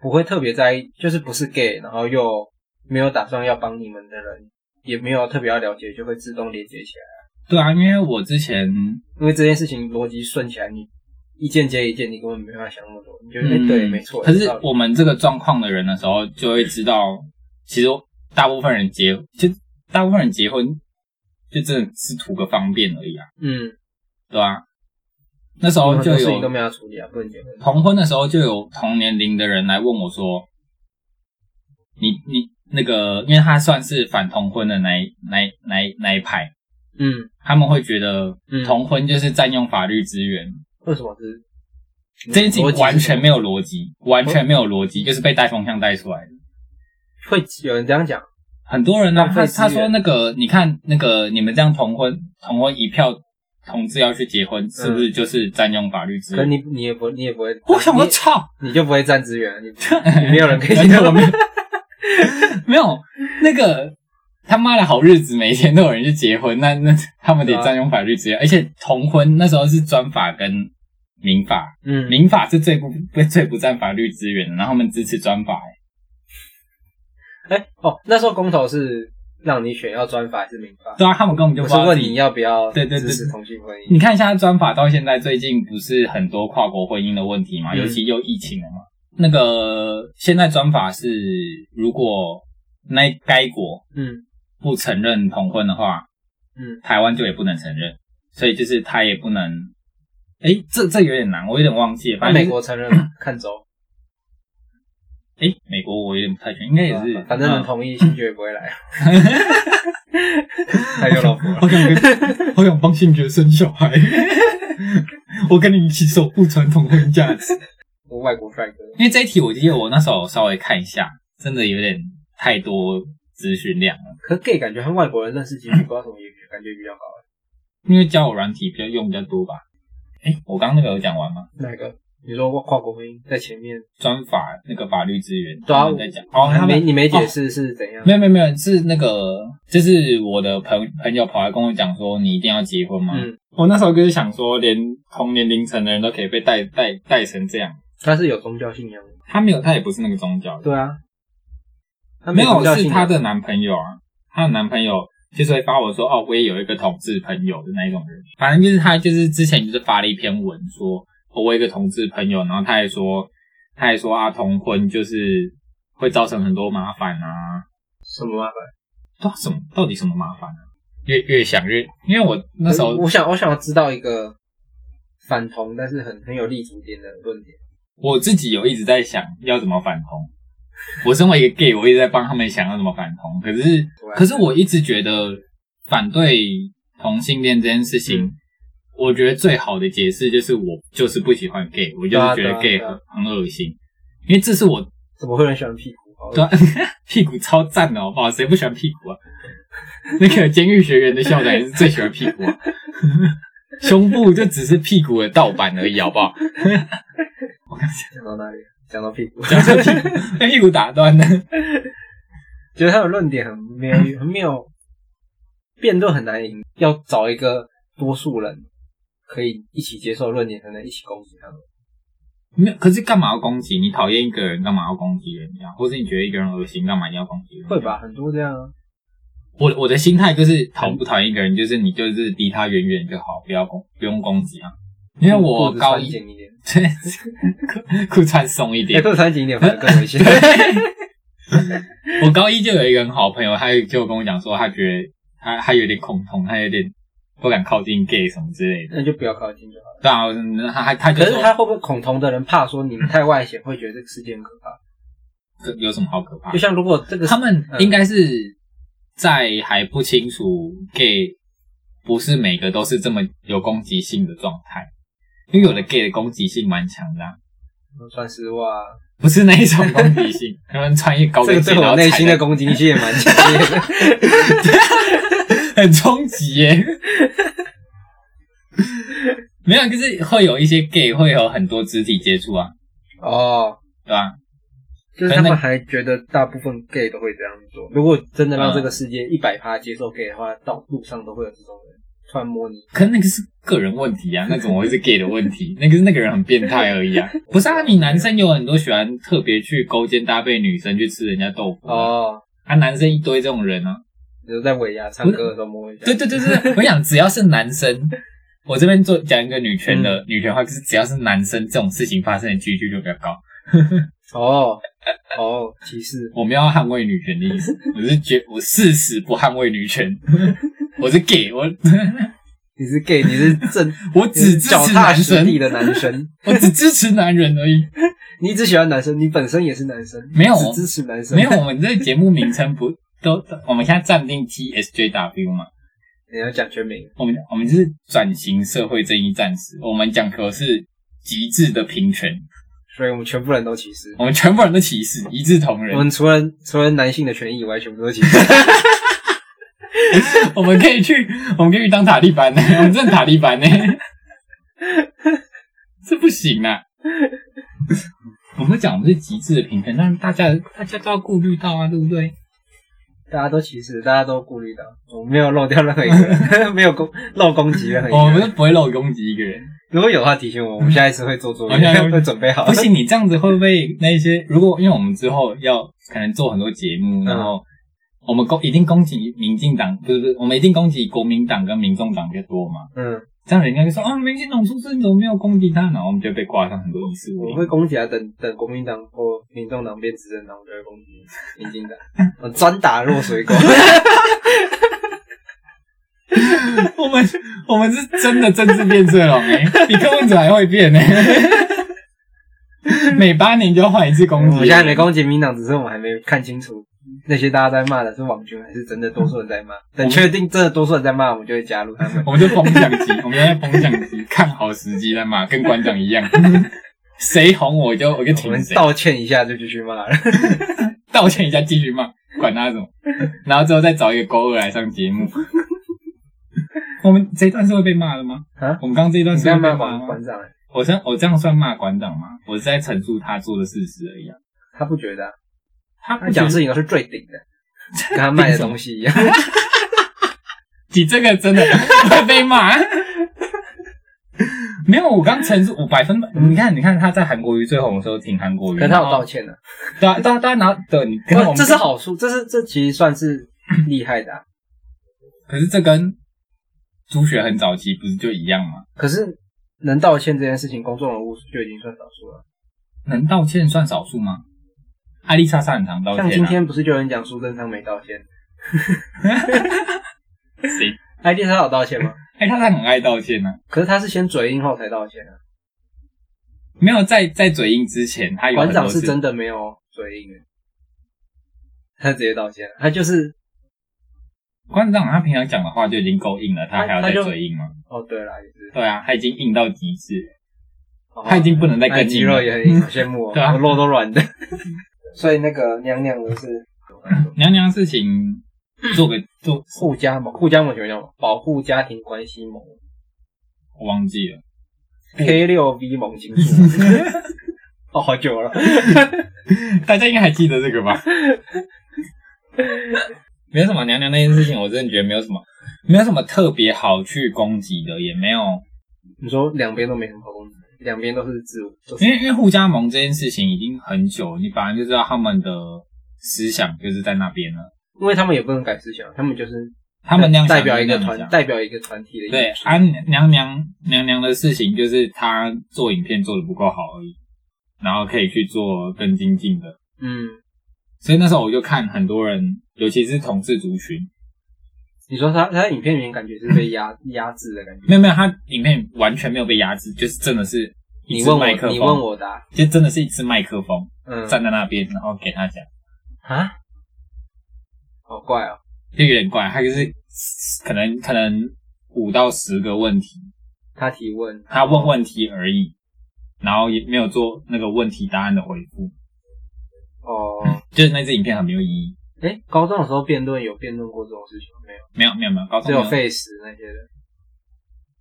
Speaker 1: 不会特别在意，就是不是 gay，然后又没有打算要帮你们的人，也没有特别要了解，就会自动连接起来。
Speaker 2: 对啊，因为我之前
Speaker 1: 因为这件事情逻辑顺起来，你一件接一件，你根本没办法想那么多，你觉得哎、
Speaker 2: 嗯
Speaker 1: 对，没错。
Speaker 2: 可
Speaker 1: 有
Speaker 2: 是
Speaker 1: 道理
Speaker 2: 我们这个状况的人的时候，就会知道，其实大部分人结就大部分人结婚，就真的是图个方便而已啊。
Speaker 1: 嗯，
Speaker 2: 对啊，那时候
Speaker 1: 很
Speaker 2: 就
Speaker 1: 多事情都
Speaker 2: 有
Speaker 1: 没有处理啊，不能结婚。
Speaker 2: 同婚的时候就有同年龄的人来问我说：“你你那个，因为他算是反同婚的那一那一那一那一派，
Speaker 1: 嗯，
Speaker 2: 他们会觉得
Speaker 1: 嗯
Speaker 2: 同婚就是占用法律资源，
Speaker 1: 为什么是？
Speaker 2: 这件事
Speaker 1: 逻
Speaker 2: 情
Speaker 1: 辑是
Speaker 2: 完
Speaker 1: 什
Speaker 2: 全
Speaker 1: 么
Speaker 2: 没有逻辑，完全没有逻
Speaker 1: 嗯
Speaker 2: 辑，就是被带风向带出来的。
Speaker 1: 会有人这样讲，
Speaker 2: 很多人呢、
Speaker 1: 浪费
Speaker 2: 他
Speaker 1: 资源
Speaker 2: 他说那个，你看那个你们这样同婚同婚一票同志要去结婚，是不是就是占用法律资
Speaker 1: 嗯可是
Speaker 2: 源？”
Speaker 1: 你你也不你也不会，
Speaker 2: 我想我
Speaker 1: 你
Speaker 2: 操！
Speaker 1: 你就不会占资源 啊，你你没有人可以
Speaker 2: 而
Speaker 1: 结
Speaker 2: 且我
Speaker 1: 婚。
Speaker 2: 们 没有那个他妈的好日子，每天都有人去结婚，那 那他们得
Speaker 1: 对啊
Speaker 2: 占用法律资源，而且同婚那时候是专法跟民法，
Speaker 1: 嗯，
Speaker 2: 民法是最不不最不占法律资源的，然后他们支持专法、欸
Speaker 1: 哎、哦，那时候公投是让你选要专法还是民法？
Speaker 2: 对啊，他们根本就
Speaker 1: 我
Speaker 2: 不
Speaker 1: 是
Speaker 2: 知道
Speaker 1: 问
Speaker 2: 自己
Speaker 1: 你。要不要
Speaker 2: 对对对
Speaker 1: 支持同性婚姻？
Speaker 2: 你看一下专法到现在，最近不是很多跨国婚姻的问题嘛，
Speaker 1: 嗯
Speaker 2: 尤其又疫情了嘛。那个现在专法是，如果那该国
Speaker 1: 嗯
Speaker 2: 不承认同婚的话，
Speaker 1: 嗯，
Speaker 2: 台湾就也不能承认，所以就是他也不能，哎、这这有点难，我有点忘记了。
Speaker 1: 那
Speaker 2: 反正
Speaker 1: 美
Speaker 2: 就是
Speaker 1: 国承认吗看州，
Speaker 2: 哎，美国我有点不太确定，应该也是，
Speaker 1: 啊反正能
Speaker 2: 嗯
Speaker 1: 同意，星爵也不会 来。他有老婆啊了
Speaker 2: 好，想跟，好想帮性觉生小 孩，我跟你一起守护传统婚姻价值。
Speaker 1: 我外国帅哥。啊
Speaker 2: 因为这一题，我记得我那时候稍微看一下，真的有点太多资讯量了。
Speaker 1: 可 gay 感觉和外国人认识几率，不知道什么也感觉比较高。啊
Speaker 2: 因为交友软体比较用比较多吧。哎，我刚刚那个有讲完吗？
Speaker 1: 哪个？你说跨国婚姻在前面？
Speaker 2: 专法那个法律资源，
Speaker 1: 对啊
Speaker 2: 他们在讲。哦，
Speaker 1: 你
Speaker 2: 他
Speaker 1: 没
Speaker 2: 们
Speaker 1: 你没解释是怎样？
Speaker 2: 没有没有没有，是那个，就是我的朋朋友跑来跟我讲说，你一定要结婚吗？
Speaker 1: 嗯，
Speaker 2: 我那时候就是想说，连同年龄层的人都可以被带带带成这样。
Speaker 1: 他是有宗教信仰的。
Speaker 2: 他没有，他也不是那个宗教的，
Speaker 1: 对啊，他
Speaker 2: 没
Speaker 1: 宗
Speaker 2: 有
Speaker 1: 教
Speaker 2: 是
Speaker 1: 信
Speaker 2: 她
Speaker 1: 仰。
Speaker 2: 的男朋友啊，她的男朋友就是会发我说哦，我也有一个同志朋友的那一种人，反正就是他就是之前就是发了一篇文说，哦、我有一个同志朋友，然后他还说他还说啊，同婚就是会造成很多麻烦啊，
Speaker 1: 什么麻烦？
Speaker 2: 到什么到底什么麻烦啊？越越想越，因为我那时候
Speaker 1: 我想我想要知道一个反同，但是很很有立足点的论点。
Speaker 2: 我自己有一直在想要怎么反同。我身为一个 gay，我一直在帮他们想要怎么反同。可是，
Speaker 1: 啊
Speaker 2: 可是我一直觉得反对同性恋这件事情，
Speaker 1: 嗯
Speaker 2: 我觉得最好的解释就是我就是不喜欢 gay，我就是觉
Speaker 1: 对
Speaker 2: 得
Speaker 1: 啊
Speaker 2: gay
Speaker 1: 对啊
Speaker 2: 很很恶心，因为这是我
Speaker 1: 怎么会有人喜欢屁股？好恶
Speaker 2: 对啊、屁股超赞的好不好？谁不喜欢屁股啊？ 那个监狱学员的校长也是最喜欢屁股、啊， 胸部就只是屁股的盗版而已，好不好？
Speaker 1: 讲到哪里？讲到屁股，
Speaker 2: 讲到屁股，被屁股打断的。
Speaker 1: 觉得他的论点很没有，很没有辩论很难赢，要找一个多数人可以一起接受论点，才能一起攻击他们。
Speaker 2: 没有，可是干嘛要攻击？你讨厌一个人，干嘛要攻击人家？或是你觉得一个人恶心，干嘛一定要攻击人家？
Speaker 1: 会吧？很多这样啊。
Speaker 2: 我我的心态就是讨不讨厌一个人，就是你就是离他远远就好，不要攻不用攻击啊。因为我
Speaker 1: 裤子
Speaker 2: 高
Speaker 1: 穿
Speaker 2: 一
Speaker 1: 紧一点，
Speaker 2: 对 裤裤穿松一
Speaker 1: 哎，
Speaker 2: 点，
Speaker 1: 裤子穿紧一点反而更 危险。
Speaker 2: 我高一就有一个很好朋友，他就跟我讲说，他觉得他他有点恐同，他有点不敢靠近 gay 什么之类的。
Speaker 1: 那就不要靠近就好了。
Speaker 2: 对啊，那他他他就
Speaker 1: 可是
Speaker 2: 说
Speaker 1: 他会不会恐同的人怕说你们太外显，会觉得这个世界很可怕？
Speaker 2: 这有什么好可怕
Speaker 1: 就？像如果这个
Speaker 2: 他们应该是在还不清楚 gay 不是每个都是这么有攻击性的状态，因为有的 gay 的攻击性蛮强的啊、
Speaker 1: 穿丝袜啊，
Speaker 2: 不是那一种攻击性， 他们穿一高
Speaker 1: 这
Speaker 2: 跟
Speaker 1: 个
Speaker 2: 鞋，
Speaker 1: 对
Speaker 2: 然
Speaker 1: 我
Speaker 2: 后
Speaker 1: 内心
Speaker 2: 踩
Speaker 1: 的攻击性也 蛮强烈的。
Speaker 2: 很冲击耶。 没有，啊就是会有一些 gay 会有很多肢体接触啊，
Speaker 1: 哦，
Speaker 2: 对吧、
Speaker 1: 就是他们还觉得大部分 gay 都会这样做。如果真的让这个世界一百趴接受 gay 的话，到路上都会有这种人突然摸你。
Speaker 2: 可那个是个人问题啊，那怎么会是 gay 的问题？那个是那个人很变态而已啊。不是啊，你男生有很多喜欢特别去勾肩搭背女生去吃人家豆腐啊，
Speaker 1: 哦，
Speaker 2: 啊，男生一堆这种人啊。
Speaker 1: 就是在尾牙唱歌的时候摸一下。
Speaker 2: 对对对对，对我想只要是男生，我这边做讲一个女权的、女权话，就是只要是男生这种事情发生的几率就比较高。
Speaker 1: 哦哦，歧视。
Speaker 2: 我没有要捍卫女权的意思，我是绝我誓死不捍卫 女权，我是 gay，我
Speaker 1: 你是 gay，你是 正，
Speaker 2: 我
Speaker 1: 你是
Speaker 2: 只支
Speaker 1: 脚
Speaker 2: 持
Speaker 1: 踏
Speaker 2: 男
Speaker 1: 实地
Speaker 2: 生，
Speaker 1: 的男生。
Speaker 2: 我只支持男人而已。
Speaker 1: 你只喜欢男生，你本身也是男生，
Speaker 2: 没有
Speaker 1: 只支持男生。
Speaker 2: 没有，，我们这个节目名称不都，我们现在暂定 TSJW 嘛，
Speaker 1: 你要讲全名。
Speaker 2: 我们我们就是转型社会正义战士，我们讲求是极致的平权，
Speaker 1: 所以我们全部人都歧视。
Speaker 2: 我们全部人都歧视，一视同
Speaker 1: 我
Speaker 2: 仁，
Speaker 1: 们除了除了男性的权益以外，全部都歧视。
Speaker 2: 我们可以去，我们可以去当塔 利班呢，我们真的塔利班呢， 这不行啊。我们讲我们是极致的平权，但大家大家都要顾虑到啊，对不对？
Speaker 1: 大家都歧视，大家都顾虑到，我没有漏掉任何一个 人，没有攻漏攻击任何一
Speaker 2: 哦我
Speaker 1: 个
Speaker 2: 们
Speaker 1: 人。
Speaker 2: 都不会漏攻击一个人。
Speaker 1: 如果有的话提醒我，我们下一次会做 作
Speaker 2: 好下一
Speaker 1: 业，
Speaker 2: 次
Speaker 1: 会准备好
Speaker 2: 嗯不。行，你这样子会不会那一些？如果因为我们之后要可能做很多节目，
Speaker 1: 嗯
Speaker 2: 然后我们攻一定攻击民进党，不是不是，我们一定攻击国民党跟民众党比较多嘛？
Speaker 1: 嗯，
Speaker 2: 这样人家就说啊，民进党出事，你怎么没有攻击他？然后我们就被挂上很多疑似
Speaker 1: 我
Speaker 2: 物
Speaker 1: 会。攻击啊，等等国民党或民众党变执政党，我就会攻击民进党， 我专打落水狗。
Speaker 2: 我们我们欸是真的政治变色龙哎、比柯文哲还会变呢、欸每八年就换一次 攻
Speaker 1: 我
Speaker 2: 击。
Speaker 1: 们现在没攻击民党，只是我们还没看清楚那些大家在骂的是网军还是真的多数人在骂。等确定真的多数人在骂，我们就会加入他们。
Speaker 2: 我们就风向机，我们就在风向机，看好时机再骂，跟馆长一样， 谁红我就我就
Speaker 1: 我
Speaker 2: 挺
Speaker 1: 们
Speaker 2: 谁，
Speaker 1: 道歉一下就继续骂了。
Speaker 2: 道歉一下继续骂，管他什么，然后之后再找一个勾二来上节目。我们这一段是会被骂的吗？
Speaker 1: 啊
Speaker 2: 我们刚刚这一段
Speaker 1: 你
Speaker 2: 是
Speaker 1: 在
Speaker 2: 会被
Speaker 1: 骂
Speaker 2: 骂的
Speaker 1: 馆馆
Speaker 2: 吗？
Speaker 1: 长、欸，
Speaker 2: 我这样我这样算骂馆长吗？我是在陈述他做的事实而已啊。
Speaker 1: 他不觉得啊、
Speaker 2: 他
Speaker 1: 他 讲
Speaker 2: 是
Speaker 1: 事情都是最顶的，跟他卖的东西一 样。
Speaker 2: 你这个真的 会被骂。没有，我刚陈述，我百分百，你看，你看他在韩国瑜最红的时候挺韩国瑜，
Speaker 1: 可是他有
Speaker 2: 然后
Speaker 1: 道歉的、啊，
Speaker 2: 对啊，对啊，对啊，然后对，你跟我
Speaker 1: 不
Speaker 2: 们
Speaker 1: 这是，好处，这是这其实算是厉害的、啊。
Speaker 2: 可是这跟朱学很早期不是就一样吗？
Speaker 1: 可是能道歉这件事情，公众人物就已经算少数了。
Speaker 2: 能道歉算少数吗？艾丽莎莎很常道歉、啊，
Speaker 1: 像今天不是就有人讲苏贞昌没道 歉，
Speaker 2: 谁？
Speaker 1: 艾丽莎有道歉吗？
Speaker 2: 艾丽莎莎哎很爱道歉呢、啊，
Speaker 1: 可是他是先嘴硬后才道歉啊。
Speaker 2: 没有在在嘴硬之前，她有很
Speaker 1: 馆
Speaker 2: 多
Speaker 1: 长
Speaker 2: 次
Speaker 1: 是真的没有嘴硬的，他直接道歉，他就是
Speaker 2: 馆长，他平常讲的话就已经够硬了，他还要
Speaker 1: 他
Speaker 2: 再
Speaker 1: 就
Speaker 2: 嘴硬吗？
Speaker 1: 哦，对啦，也是，
Speaker 2: 对啊，他已经硬到极致了，
Speaker 1: 哦
Speaker 2: 他已经不能再
Speaker 1: 那
Speaker 2: 更
Speaker 1: 肌
Speaker 2: 硬
Speaker 1: 肉
Speaker 2: 了。
Speaker 1: 也很硬，好羡慕哦，
Speaker 2: 对啊
Speaker 1: 我肉都软的。 所以那个娘娘的是
Speaker 2: 娘娘事情做个做，
Speaker 1: 护家盟，护家盟什么叫盟保护家庭关系盟
Speaker 2: 我忘记了，
Speaker 1: K 六 V 盟金属盟。 哦，好久了，
Speaker 2: 大家应该还记得这个吧？没有什么娘娘那件事情，我真的觉得没有什么，没有什么特别好去攻击的，也没有，
Speaker 1: 你说两边都没什么攻击，两边都是自我，都是
Speaker 2: 因为因为互加盟这件事情已经很久，你本来就知道他们的思想就是在那边了，
Speaker 1: 因为他们也不能改思想，他们就是
Speaker 2: 他们那样想
Speaker 1: 代表一个
Speaker 2: 就那样
Speaker 1: 团，
Speaker 2: 想
Speaker 1: 代表一个团体的意
Speaker 2: 对
Speaker 1: 志
Speaker 2: 啊，娘娘娘娘的事情就是她做影片做的不够好而已，然后可以去做更精进的，
Speaker 1: 嗯，
Speaker 2: 所以那时候我就看很多人，尤其是同志族群，
Speaker 1: 你说他他的影片里面感觉是被 压压制的感觉。
Speaker 2: 没有没有，他影片完全没有被压制，就是真的是一
Speaker 1: 你
Speaker 2: 支
Speaker 1: 问
Speaker 2: 麦克
Speaker 1: 我，
Speaker 2: 风，
Speaker 1: 你问我答，
Speaker 2: 就真的是一支麦克风
Speaker 1: 嗯
Speaker 2: 站在那边，然后给他讲，
Speaker 1: 啊，好怪哦，
Speaker 2: 就有点怪。他就是可能可能五到十个问题，
Speaker 1: 他提问，
Speaker 2: 他问问题而已，然后也没有做那个问题答案的回复，
Speaker 1: 哦，
Speaker 2: 就是那支影片很没有意义。
Speaker 1: 哎，高中的时候辩论有辩论过这种事情吗没有？
Speaker 2: 没有没有没有，高中
Speaker 1: 只
Speaker 2: 哦
Speaker 1: 有
Speaker 2: 没有
Speaker 1: face 那些的，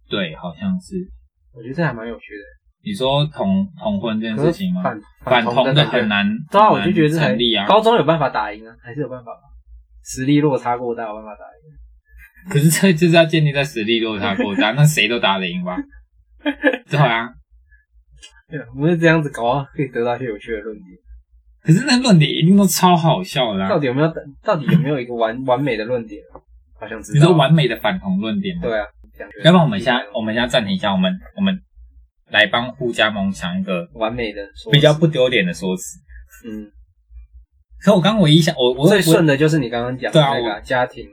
Speaker 2: 对，好像是
Speaker 1: 我觉得这还蛮有趣的。
Speaker 2: 你说同同婚这件
Speaker 1: 可
Speaker 2: 事
Speaker 1: 是
Speaker 2: 情吗？
Speaker 1: 反
Speaker 2: 反
Speaker 1: 同
Speaker 2: 同
Speaker 1: 的
Speaker 2: 的
Speaker 1: 感觉
Speaker 2: 很。难，
Speaker 1: 对啊，
Speaker 2: 很
Speaker 1: 我
Speaker 2: 难
Speaker 1: 就觉得这还
Speaker 2: 成立啊。
Speaker 1: 高中有办法打赢啊，还是有办法吧？实力落差过大，有办法打赢。
Speaker 2: 可是这就是要建立在实力落差 过大，那谁都打得赢吧？对啊，
Speaker 1: 对啊，我们就这样子搞，可以得到一些有趣的论点。
Speaker 2: 可是那论点一定都超好笑的、
Speaker 1: 到
Speaker 2: 啊。
Speaker 1: 底有没有？到底有没有一个完完美的论点？好像知道。
Speaker 2: 你说完美的反同论点吗？
Speaker 1: 对啊，感觉
Speaker 2: 要不然我们现在我们现在暂停一下，我们我们来帮互加盟想一个
Speaker 1: 完美的说
Speaker 2: 比较不丢脸的说辞。
Speaker 1: 嗯，
Speaker 2: 可我刚唯一想，我我
Speaker 1: 最顺
Speaker 2: 我
Speaker 1: 的就是你刚刚讲的
Speaker 2: 对啊
Speaker 1: 那个啊、家庭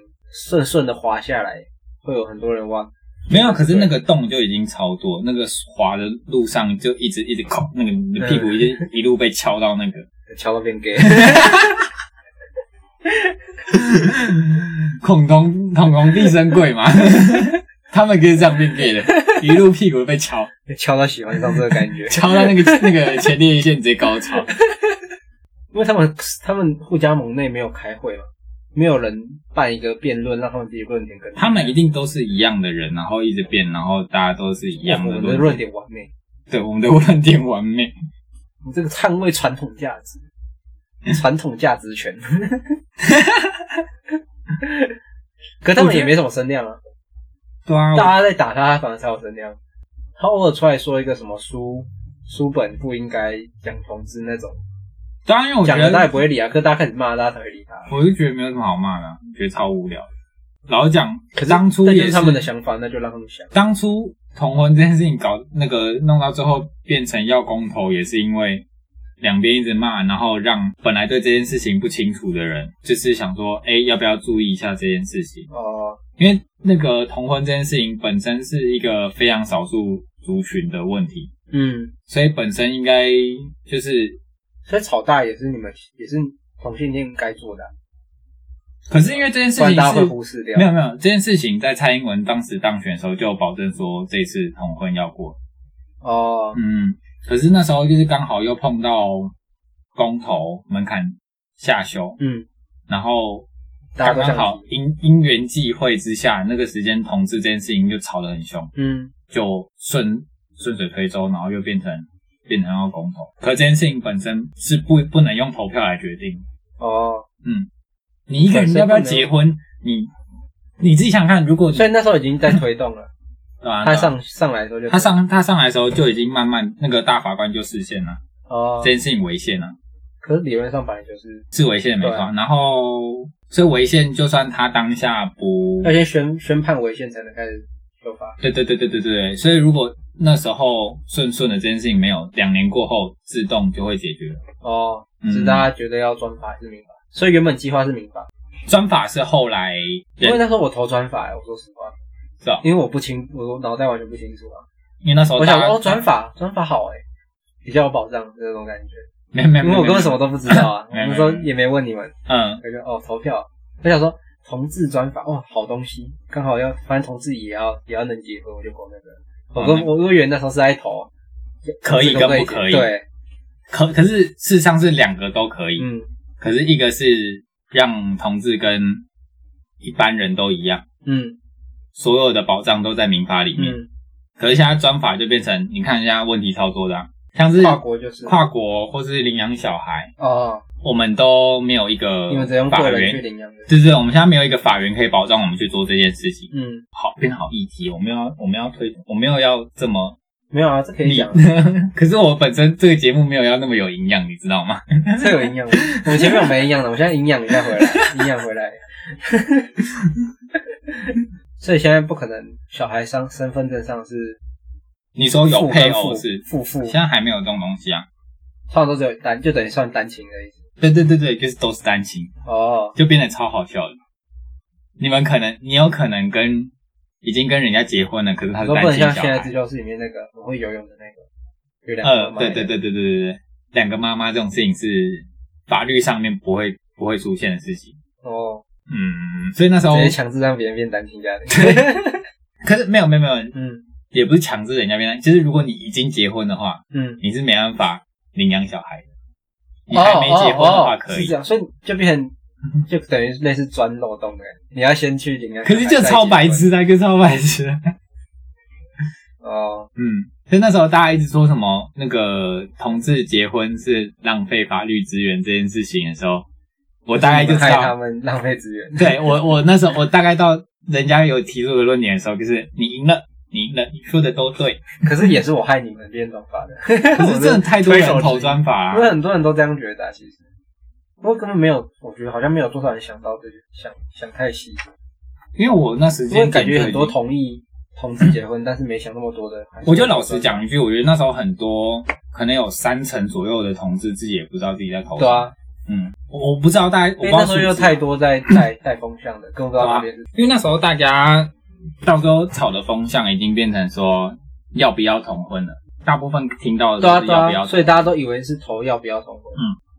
Speaker 1: 顺顺的滑下来，会有很多人挖。
Speaker 2: 没有，啊可是那个洞就已经超多，那个滑的路上就一直一 直扣，那个你的屁股一直一路被敲到那个。
Speaker 1: 敲到变 gay，
Speaker 2: 恐同恐同必生贵嘛， 他们就是这样 变 gay 的，一路屁股被敲，
Speaker 1: 敲到喜欢上这个感觉
Speaker 2: 敲到那个那个前列腺直接高潮。
Speaker 1: 因为他们他们互加盟内没有开会嘛，没有人办一个辩论，让他们自己论点跟
Speaker 2: 他们一定都是一样的人，然后一直变，然后大家都是一
Speaker 1: 一样
Speaker 2: 样
Speaker 1: 我
Speaker 2: 的
Speaker 1: 们的
Speaker 2: 论
Speaker 1: 论
Speaker 2: 点。
Speaker 1: 点完美，
Speaker 2: 对，我们的论点完美。
Speaker 1: 你这个捍卫传统价值， 传统价值权。可他们也没什么声量啊，
Speaker 2: 对啊，
Speaker 1: 大家在打他，他反而才有声量。他偶尔出来说一个什么书书本不应该讲同志那种，
Speaker 2: 当然，因为我觉
Speaker 1: 讲了大家也
Speaker 2: 得
Speaker 1: 不会理啊，可是大家开始骂，大家才会理他。
Speaker 2: 我就觉得没有什么好骂的啊，觉得超无聊的。老实讲，
Speaker 1: 可是
Speaker 2: 当初
Speaker 1: 那就
Speaker 2: 也
Speaker 1: 是他们的想法，那就让他们想。
Speaker 2: 当初同婚这件事情搞那个弄到最后变成要公投，也是因为两边一直骂，然后让本来对这件事情不清楚的人，就是想说，哎、要不要注意一下这件事情？
Speaker 1: 哦、
Speaker 2: 因为那个同婚这件事情本身是一个非常少数族群的问题，
Speaker 1: 嗯，
Speaker 2: 所以本身应该就是，
Speaker 1: 所以吵大也是你们也是同性恋该做的啊、
Speaker 2: 可是因为这件事
Speaker 1: 不
Speaker 2: 情
Speaker 1: 然大家会
Speaker 2: 是
Speaker 1: 忽视掉。
Speaker 2: 没有没有这件事情，在蔡英文当时当选的时候就有保证说这一次同婚要过，
Speaker 1: 哦，
Speaker 2: 嗯，可是那时候就是刚好又碰到公投门槛下修，
Speaker 1: 嗯，
Speaker 2: 然后
Speaker 1: 大家
Speaker 2: 刚
Speaker 1: 都
Speaker 2: 刚
Speaker 1: 想
Speaker 2: 好因因缘际会之下，那个时间同志这件事情就吵得很凶，
Speaker 1: 嗯，
Speaker 2: 就顺顺水推舟，然后又变成变成要公投。可这件事情本身是不不能用投票来决定，
Speaker 1: 哦，
Speaker 2: 你一个人要不要
Speaker 1: 本身不能
Speaker 2: 结婚，你你自己想想看，如果
Speaker 1: 所以那时候已经在推动了。
Speaker 2: 啊
Speaker 1: 嗯他上上来的时候就
Speaker 2: 他上他上来的时候就已经慢慢那个大法官就视线了，
Speaker 1: 哦
Speaker 2: 这，件事情违宪了。
Speaker 1: 可是理论上本来就是
Speaker 2: 是违宪没错
Speaker 1: 对啊。
Speaker 2: 然后，所以违宪就算他当下不
Speaker 1: 要，先宣宣判违宪才能开始修法。
Speaker 2: 对对对对对对对，所以如果那时候顺顺的这件事情没有，两年过后自动就会解决了。
Speaker 1: 哦，
Speaker 2: 嗯
Speaker 1: 只是大家觉得要专法还是民法，所以原本计划是民法，
Speaker 2: 专法是后来
Speaker 1: 因为
Speaker 2: 人
Speaker 1: 那时候我投专法、我说实话，
Speaker 2: 是吧？
Speaker 1: 因为我不清，我脑袋完全不清楚啊。
Speaker 2: 因为那时候
Speaker 1: 我
Speaker 2: 大
Speaker 1: 想
Speaker 2: 家
Speaker 1: 说哦，转法转法好哎、比较有保障那种感觉，
Speaker 2: 没有没有，
Speaker 1: 因为我根本什
Speaker 2: 么
Speaker 1: 么都不知道啊，我
Speaker 2: 没有
Speaker 1: 那时候也没问你们，
Speaker 2: 嗯
Speaker 1: 我就哦投票，我想说同志转法哇好东西，刚好要反正同志也要也要能结婚，我就搞那个。我
Speaker 2: 哦
Speaker 1: 跟
Speaker 2: 那
Speaker 1: 我我原那时候是在投，啊
Speaker 2: 可以
Speaker 1: 这个
Speaker 2: 跟不可以
Speaker 1: 对，
Speaker 2: 可可是事实上是两个都可以，
Speaker 1: 嗯
Speaker 2: 可是一个是让同志跟一般人都一样，
Speaker 1: 嗯
Speaker 2: 所有的保障都在民法里面。
Speaker 1: 嗯，
Speaker 2: 可是现在专法就变成，你看人家问题超多的啊、像是
Speaker 1: 跨国就是
Speaker 2: 跨国或是领养小孩，
Speaker 1: 哦，
Speaker 2: 我们都没有一个
Speaker 1: 你们只用
Speaker 2: 呃法
Speaker 1: 个人去
Speaker 2: 源，
Speaker 1: 领养的，
Speaker 2: 对对，我们现在没有一个法源可以保障我们去做这件事情。
Speaker 1: 嗯，
Speaker 2: 好，变好议题，我们要我们要推，我没有要这么
Speaker 1: 没有啊，这 可以
Speaker 2: 立
Speaker 1: 讲啊，
Speaker 2: 可是我本身这个节目没有要那么有营养，你知道吗？
Speaker 1: 这有营养吗。我们前面有没营养的，我现在营养一下回来，营养回来。 所以现在不可能，小孩上身份证上是
Speaker 2: 你说有
Speaker 1: 父
Speaker 2: 配
Speaker 1: 跟
Speaker 2: 偶
Speaker 1: 父
Speaker 2: 是，
Speaker 1: 父父，
Speaker 2: 现在还没有这种东西啊。
Speaker 1: 通常都只有单，就等于算单亲的意思。
Speaker 2: 对对对对，就是都是单亲，
Speaker 1: 哦，
Speaker 2: 就变得超好笑的。你们可能，你有可能跟已经跟人家结婚了，可是他
Speaker 1: 你
Speaker 2: 是
Speaker 1: 说
Speaker 2: 单
Speaker 1: 不能
Speaker 2: 亲小
Speaker 1: 像现在
Speaker 2: 孩
Speaker 1: 这。教室里面那个我会游泳的那个，有两
Speaker 2: 呃
Speaker 1: 个，妈
Speaker 2: 对对对对对对对，两个妈妈这种事情是法律上面不会不会出现的事情。
Speaker 1: 哦，
Speaker 2: 嗯，所以那时候
Speaker 1: 直接强制让别人变单亲家庭。
Speaker 2: 可是没有没有没有，
Speaker 1: 嗯
Speaker 2: 也不是强制人家变成，就是如果你已经结婚的话，
Speaker 1: 嗯，
Speaker 2: 你是没办法领养小孩的。你还没结婚的话
Speaker 1: 哦哦哦哦
Speaker 2: 可
Speaker 1: 是
Speaker 2: 以，
Speaker 1: 这样，所以就变成就等于类似钻漏洞的感觉，你要先去领养小孩。
Speaker 2: 可是就超白痴 的，就超白痴的。
Speaker 1: 再结婚哦，
Speaker 2: 嗯，所以那时候大家一直说什么那个同志结婚是浪费法律资源这件事情的时候，我大概就知
Speaker 1: 害
Speaker 2: 道
Speaker 1: 他们浪费资源。
Speaker 2: 对我，我那时候我大概到人家有提出个论点的时候，就是你赢了，你赢了，你说的都对。
Speaker 1: 可是也是我害你们变短发的，
Speaker 2: 可是真的 太多人投
Speaker 1: 专，
Speaker 2: 专法啊
Speaker 1: 因为
Speaker 2: 啦、
Speaker 1: 很多人都这样觉得、啊，其实。不过根本没有，我觉得好像没有多少人想到这个，想想太细，
Speaker 2: 因为我那时
Speaker 1: 因为
Speaker 2: 间
Speaker 1: 感觉很多
Speaker 2: 同，
Speaker 1: 同意同志结婚，但是没想那么多的。还是
Speaker 2: 我就老实，讲一句，我觉得那时候很多可能有三成左右的同志自己也不知道自己在投。
Speaker 1: 对，啊，
Speaker 2: 嗯，我我不知道大家，我
Speaker 1: 因为
Speaker 2: 不知
Speaker 1: 那
Speaker 2: 道
Speaker 1: 时候又
Speaker 2: 数字
Speaker 1: 太，多在 带带风向的，更不知道
Speaker 2: 对啊
Speaker 1: 那边是
Speaker 2: 因为那时候大家到时候炒的风向已经变成说要不要同婚了，大部分听到的
Speaker 1: 对啊
Speaker 2: 都是
Speaker 1: 对
Speaker 2: 要不要
Speaker 1: 啊，所以大家都以为是投要不要同婚，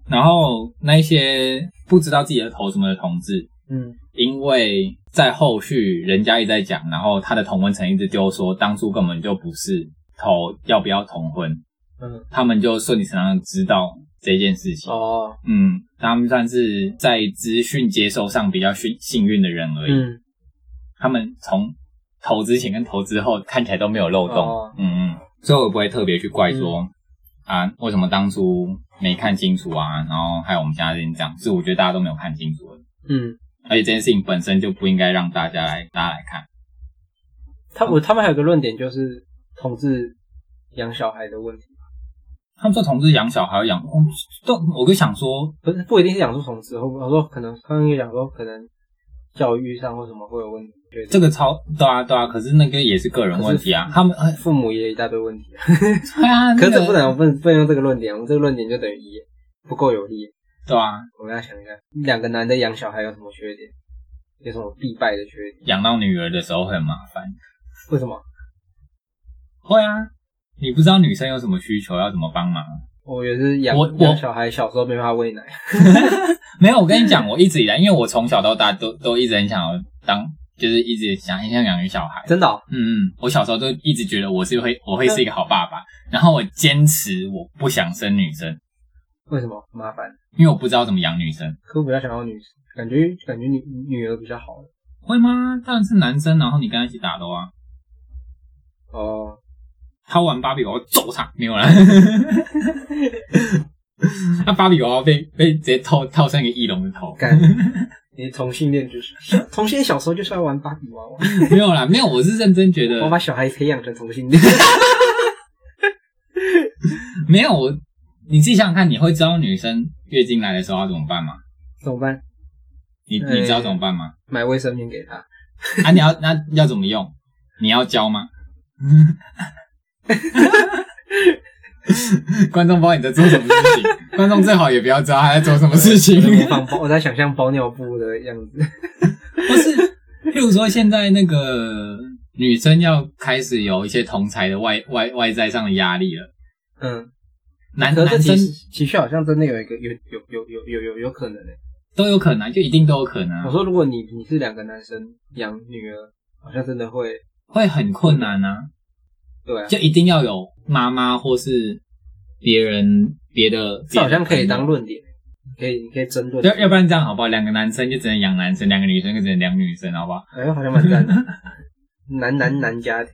Speaker 2: 然后那一些不知道自己在投什么的同志，
Speaker 1: 嗯
Speaker 2: 因为在后续人家一直在讲，然后他的同文层一直丢说，当初根本就不是投要不要同婚，
Speaker 1: 嗯
Speaker 2: 他们就顺理成章地知道这件事情。
Speaker 1: 哦
Speaker 2: 嗯，他们算是在资讯接受上比较幸幸运的人而已。
Speaker 1: 嗯
Speaker 2: 他们从投之前跟投之后看起来都没有漏洞。
Speaker 1: 哦嗯
Speaker 2: 嗯嗯，所以我不会特别去怪说、啊，为什么当初没看清楚啊，然后还有我们现在这样讲，是我觉得大家都没有看清楚而已
Speaker 1: 嗯，
Speaker 2: 而且这件事情本身就不应该让大家来大家来看。
Speaker 1: 他我他们还有个论点就是同志养小孩的问题。
Speaker 2: 他们说同志养小孩要养，嗯都我就想说，
Speaker 1: 不是不一定是养出虫子，后我说可能他们讲说可能教育上或什么会有问题，对
Speaker 2: 这个超对啊对啊，可是那个也是个人问题啊
Speaker 1: 可。是
Speaker 2: 他们 哎
Speaker 1: 父母也有一大堆问题，
Speaker 2: 对啊，
Speaker 1: 可是
Speaker 2: 那
Speaker 1: 这
Speaker 2: 个
Speaker 1: 不能不能不能用这个论点，我们这个论点就等于一不够有力。
Speaker 2: 对啊，
Speaker 1: 我们要想一下，两个男的养小孩有什么缺点，有什么必败的缺点？
Speaker 2: 养到女儿的时候会很麻烦。
Speaker 1: 为什么？
Speaker 2: 会啊，你不知道女生有什么需求要怎么帮忙。
Speaker 1: 我也是养
Speaker 2: 我我
Speaker 1: 养小孩，小时候没办法喂奶，
Speaker 2: 没有，我跟你讲，我一直以来，因为我从小到大都都一直很想要当，就是一直想很想养育小孩。
Speaker 1: 真的哦、
Speaker 2: 嗯嗯，我小时候都一直觉得我是会我会是一个好爸爸，然后我坚持我不想生女生，
Speaker 1: 为什么麻烦？
Speaker 2: 因为我不知道怎么养女生。
Speaker 1: 可我比较想要女，感觉感觉女女儿比较好
Speaker 2: 会吗？当然是男生，然后你跟他一起打斗啊，
Speaker 1: 哦。
Speaker 2: 他玩芭比娃娃揍他，没 有啦。那芭比娃娃被被直接套套上一个翼龙的头，
Speaker 1: 干，你同性恋就是同性恋，小时候就是要玩芭比娃娃，
Speaker 2: 没有啦，没有，我是认真觉 得
Speaker 1: 我把小孩培养成同 性恋。
Speaker 2: 没有我，你自己想想看，你会知道女生月经来的时候要怎么办吗？
Speaker 1: 怎么办？
Speaker 2: 你
Speaker 1: 呃
Speaker 2: 你知道怎么办吗？
Speaker 1: 买卫生棉给他，
Speaker 2: 啊，你要那要怎么用？你要教 吗？观众不知道你在做什么事情，观众最好也不要知道他在做什么事情
Speaker 1: 我。在模仿包，我在想象包尿布的样子。
Speaker 2: 不是，譬如说现在那个女生要开始有一些同才的外外外在上的压力了，
Speaker 1: 嗯，
Speaker 2: 男
Speaker 1: 可是
Speaker 2: 男
Speaker 1: 这
Speaker 2: 生
Speaker 1: 其实其实好像真的有一个有有有有有有有可能诶、欸
Speaker 2: 都有可能，就一定都有可能啊、
Speaker 1: 我说，如果你你是两个男生养女儿，好像真的会
Speaker 2: 会很困难啊。
Speaker 1: 对啊，
Speaker 2: 就一定要有妈妈或是别人别的，
Speaker 1: 这好像可以当
Speaker 2: 路。
Speaker 1: 论点，可以你可以争论。
Speaker 2: 要要不然这样好不好？两个男生就只能养男生，两个女生就只能养女生，好不好？
Speaker 1: 哎，好像蛮赞 的。男男男家庭，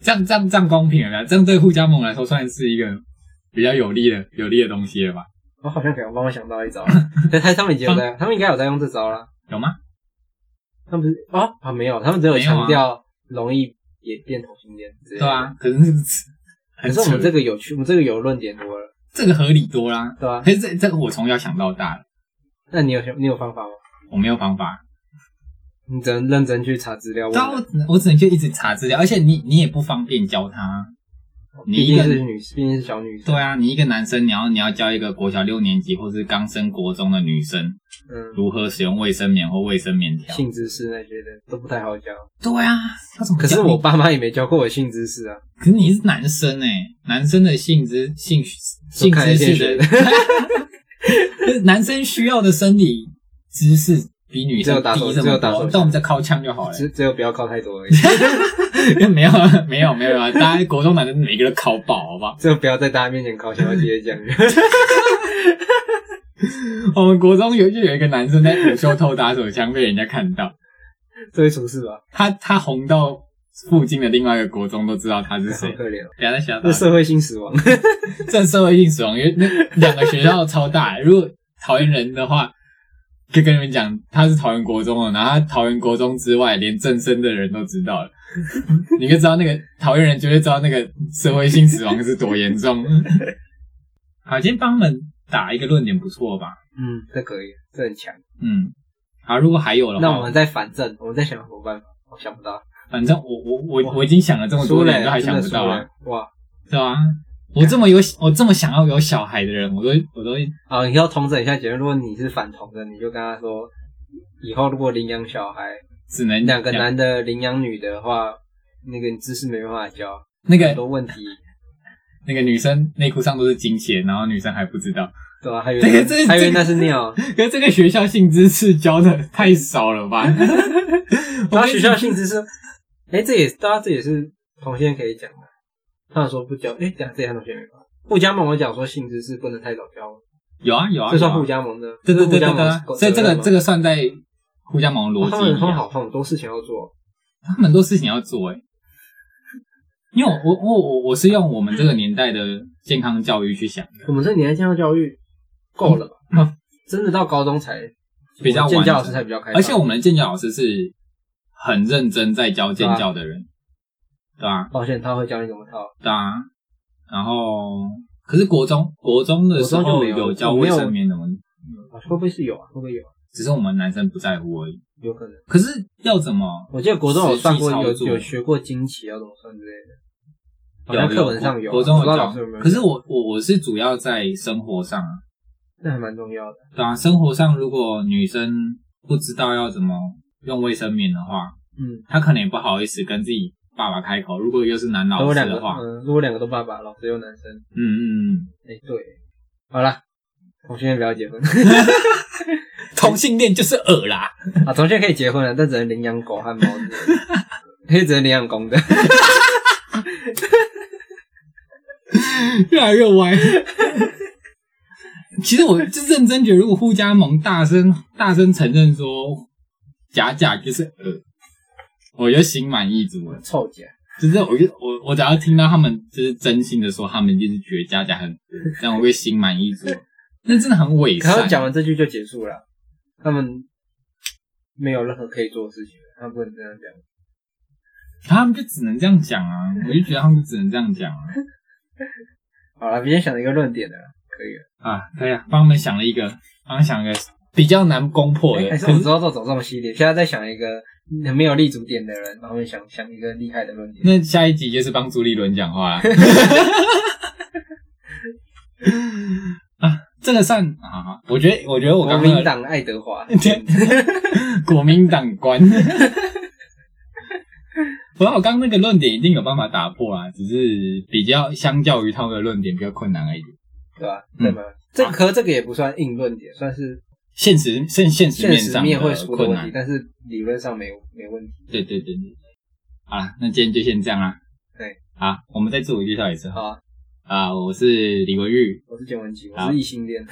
Speaker 2: 这样这样这样公平了吧？这样对互加盟来说算是一个比较有利的有利的东西了吧？
Speaker 1: 我好像给我帮我想到 一招了，但他他们已经有在，他们应该有在用这招了。
Speaker 2: 有吗？
Speaker 1: 他们不是啊啊没有，他们只有
Speaker 2: 没有啊
Speaker 1: 强调容易也变同性恋之类
Speaker 2: 对
Speaker 1: 的。
Speaker 2: 啊，可是
Speaker 1: 可
Speaker 2: 很
Speaker 1: 是我们
Speaker 2: 扯
Speaker 1: 这个有趣，我们这个有论点多了，
Speaker 2: 这个合理多啦。
Speaker 1: 对吧、啊
Speaker 2: 可是这这个我从小想到大，
Speaker 1: 那你有想你有方法吗？
Speaker 2: 我没有方法。
Speaker 1: 你只能认真去查资料。问
Speaker 2: 对啊，我
Speaker 1: 人
Speaker 2: 只能我只能去一直查资料，而且你你也不方便教他。你
Speaker 1: 毕
Speaker 2: 一
Speaker 1: 竟
Speaker 2: 个
Speaker 1: 是女，毕竟是小女生。
Speaker 2: 对啊，你一个男生，你要你要教一个国小六年级或是刚升国中的女生
Speaker 1: 嗯，
Speaker 2: 如何使用卫生棉或卫生棉条。
Speaker 1: 性知识那些的都不太好教。
Speaker 2: 对啊，要怎么
Speaker 1: 可
Speaker 2: 教？
Speaker 1: 是我爸妈也没教过我性知识啊。
Speaker 2: 可是你是男生哎、男生的性知性性
Speaker 1: 看
Speaker 2: 知
Speaker 1: 一些
Speaker 2: 识的， 男生需要的生理知识比女
Speaker 1: 只有
Speaker 2: 生
Speaker 1: 打手
Speaker 2: 低这
Speaker 1: 只
Speaker 2: 么
Speaker 1: 有打手
Speaker 2: 多，
Speaker 1: 枪
Speaker 2: 但我们在靠枪就好了、
Speaker 1: 只只有不要靠太多而 已，
Speaker 2: 没有没有没有啊，大家国中男生每个都靠爆，好不好？
Speaker 1: 只有不要在大家面前靠小姐 讲。
Speaker 2: 我们国中有就有一个男生在午休偷打手枪被人家看到，
Speaker 1: 这会出事吧？
Speaker 2: 他他红到附近的另外一个国中都知道他是啊
Speaker 1: 好
Speaker 2: 谁。
Speaker 1: 可怜哦，
Speaker 2: 不要再想
Speaker 1: 这
Speaker 2: 了，
Speaker 1: 社会性死 亡。
Speaker 2: 这社会性死亡，因为那两个学校超大。如果桃园人的话，就跟你们讲，他是桃园国中的，然后他桃园国中之外，连正生的人都知道 了。你就知道那个桃园人绝对知道那个社会性死亡是多严重。 好，今天帮我们打一个论点不错吧？
Speaker 1: 嗯，这可以，这很强。
Speaker 2: 嗯，好，如果还有的话，
Speaker 1: 那我们再反正，我们再想什么办法？我想不到，
Speaker 2: 反正我我我我已经想了这么
Speaker 1: 输
Speaker 2: 多
Speaker 1: 了
Speaker 2: 年，都还
Speaker 1: 真的
Speaker 2: 想不到
Speaker 1: 输
Speaker 2: 啊
Speaker 1: 了，。哇！
Speaker 2: 对啊，我这么有我这么想要有小孩的人，我都我都
Speaker 1: 啊，以后统整一下结论。如果你是反同的，你就跟他说，以后如果领养小孩，
Speaker 2: 只能
Speaker 1: 两个
Speaker 2: 男。
Speaker 1: 男的领养女的话，那个你知识没办法教，
Speaker 2: 那
Speaker 1: 很
Speaker 2: 个
Speaker 1: 多问题，
Speaker 2: 那个女生内裤上都是精血，然后女生还不知道。
Speaker 1: 对吧、还以为
Speaker 2: 这个这个
Speaker 1: 还以为那是尿，
Speaker 2: 可是这个学校性知识教的太少了吧？
Speaker 1: 然后啊学校性知识，哎，这也大家这也是同性恋可以讲的。他们说不教，哎，讲这样同性恋没法。互加盟我讲说性知识不能太早教，
Speaker 2: 有啊有啊，
Speaker 1: 这算互
Speaker 2: 加，
Speaker 1: 加盟的，
Speaker 2: 对对
Speaker 1: 是互
Speaker 2: 对
Speaker 1: 加
Speaker 2: 对对
Speaker 1: 盟
Speaker 2: 啊
Speaker 1: 是。
Speaker 2: 所以这个这
Speaker 1: 个
Speaker 2: 个算在互加盟逻
Speaker 1: 他们
Speaker 2: 辑里
Speaker 1: 很
Speaker 2: 啊，
Speaker 1: 好，很多事情要做。
Speaker 2: 他们很多事情要做哎。因为我我我我我是用我们这个年代的健康教育去想，
Speaker 1: 我们这年代健康教育够了吧？
Speaker 2: 嗯
Speaker 1: 真的到高中才
Speaker 2: 比较完整
Speaker 1: 健教老师才比较开放，
Speaker 2: 而且我们的健教老师是很认真在教
Speaker 1: 啊
Speaker 2: 健教的人，对吧、
Speaker 1: 保险套会教你怎么套，
Speaker 2: 对啊，然后可是国中国中的时
Speaker 1: 国中
Speaker 2: 候
Speaker 1: 就没有
Speaker 2: 有教
Speaker 1: 我没
Speaker 2: 卫
Speaker 1: 有
Speaker 2: 生棉怎么，
Speaker 1: 会不会是有啊？会不会有啊？
Speaker 2: 只是我们男生不在乎而已。
Speaker 1: 有可能。
Speaker 2: 可是要怎么？
Speaker 1: 我记得国中有算过，
Speaker 2: 实际
Speaker 1: 有
Speaker 2: 操作
Speaker 1: 有学过经期要怎么算之类的，好
Speaker 2: 有
Speaker 1: 像课本上有啊，
Speaker 2: 国中
Speaker 1: 我
Speaker 2: 有
Speaker 1: 不知道
Speaker 2: 教
Speaker 1: 老师有没，有。
Speaker 2: 可是我我我是主要在生活上啊，
Speaker 1: 那还蛮重要的。
Speaker 2: 对啊，生活上如果女生不知道要怎么用卫生棉的话，
Speaker 1: 嗯，
Speaker 2: 她可能也不好意思跟自己爸爸开口，如果又是男
Speaker 1: 如
Speaker 2: 老
Speaker 1: 果
Speaker 2: 师
Speaker 1: 两
Speaker 2: 的
Speaker 1: 个，
Speaker 2: 话，
Speaker 1: 嗯，如果两个都爸爸，老师又男生，
Speaker 2: 嗯嗯嗯，
Speaker 1: 哎、对，好啦，同性恋不要结婚
Speaker 2: 同性恋就是恶啦，
Speaker 1: 啊，同性恋可以结婚了，但只能领养狗和猫 之类的，可以只能领养公的。
Speaker 2: 越来越歪。 其实我是认真觉得，如果互加盟大声大声承认说假假就是恶，我就心满意足了。
Speaker 1: 臭姐，
Speaker 2: 就是我就我我只要听到他们就是真心的说他们就是觉得佳佳很恶，这样我会心满意足。那真的很伪
Speaker 1: 可他
Speaker 2: 善
Speaker 1: 们。讲完这句就结束了，他们没有任何可以做的事情，他们不能这样讲。
Speaker 2: 他们就只能这样讲啊，我就觉得他们只能这样讲啊。
Speaker 1: 好了，别人想了一个论点的啦，可以了。
Speaker 2: 啊，可以啊，帮他们想了一个，帮他们想了一个比较难攻破的
Speaker 1: 哎，还是我
Speaker 2: 可
Speaker 1: 们
Speaker 2: 是
Speaker 1: 之后都走这种系列，现在在想一个很没有立足点的人，然后我们想想一个厉害的论点。
Speaker 2: 那下一集就是帮朱立伦讲 话啊。啊，这个算啊，好我觉得，我觉得我
Speaker 1: 国
Speaker 2: 刚
Speaker 1: 民
Speaker 2: 刚
Speaker 1: 党爱德华，
Speaker 2: 对国民党官。 不过我刚刚那个论点一定有办法打破啊，只是比较相较于他们的论点比较困难而已。
Speaker 1: 对吧？
Speaker 2: 嗯
Speaker 1: 对吗？这个可这个也不算硬论点，算是
Speaker 2: 现实现现实
Speaker 1: 现
Speaker 2: 面
Speaker 1: 实
Speaker 2: 上
Speaker 1: 面会
Speaker 2: 的
Speaker 1: 出的
Speaker 2: 困
Speaker 1: 问题
Speaker 2: 难，，
Speaker 1: 但是理论上没有没问题。
Speaker 2: 对对对对。好啦，那今天就先这样啦。
Speaker 1: 对，
Speaker 2: 好，我们再自我介绍一次哈。
Speaker 1: 好啊，
Speaker 2: 啊，我是李文玉，
Speaker 1: 我是简文琪，我
Speaker 2: 好
Speaker 1: 是异性恋。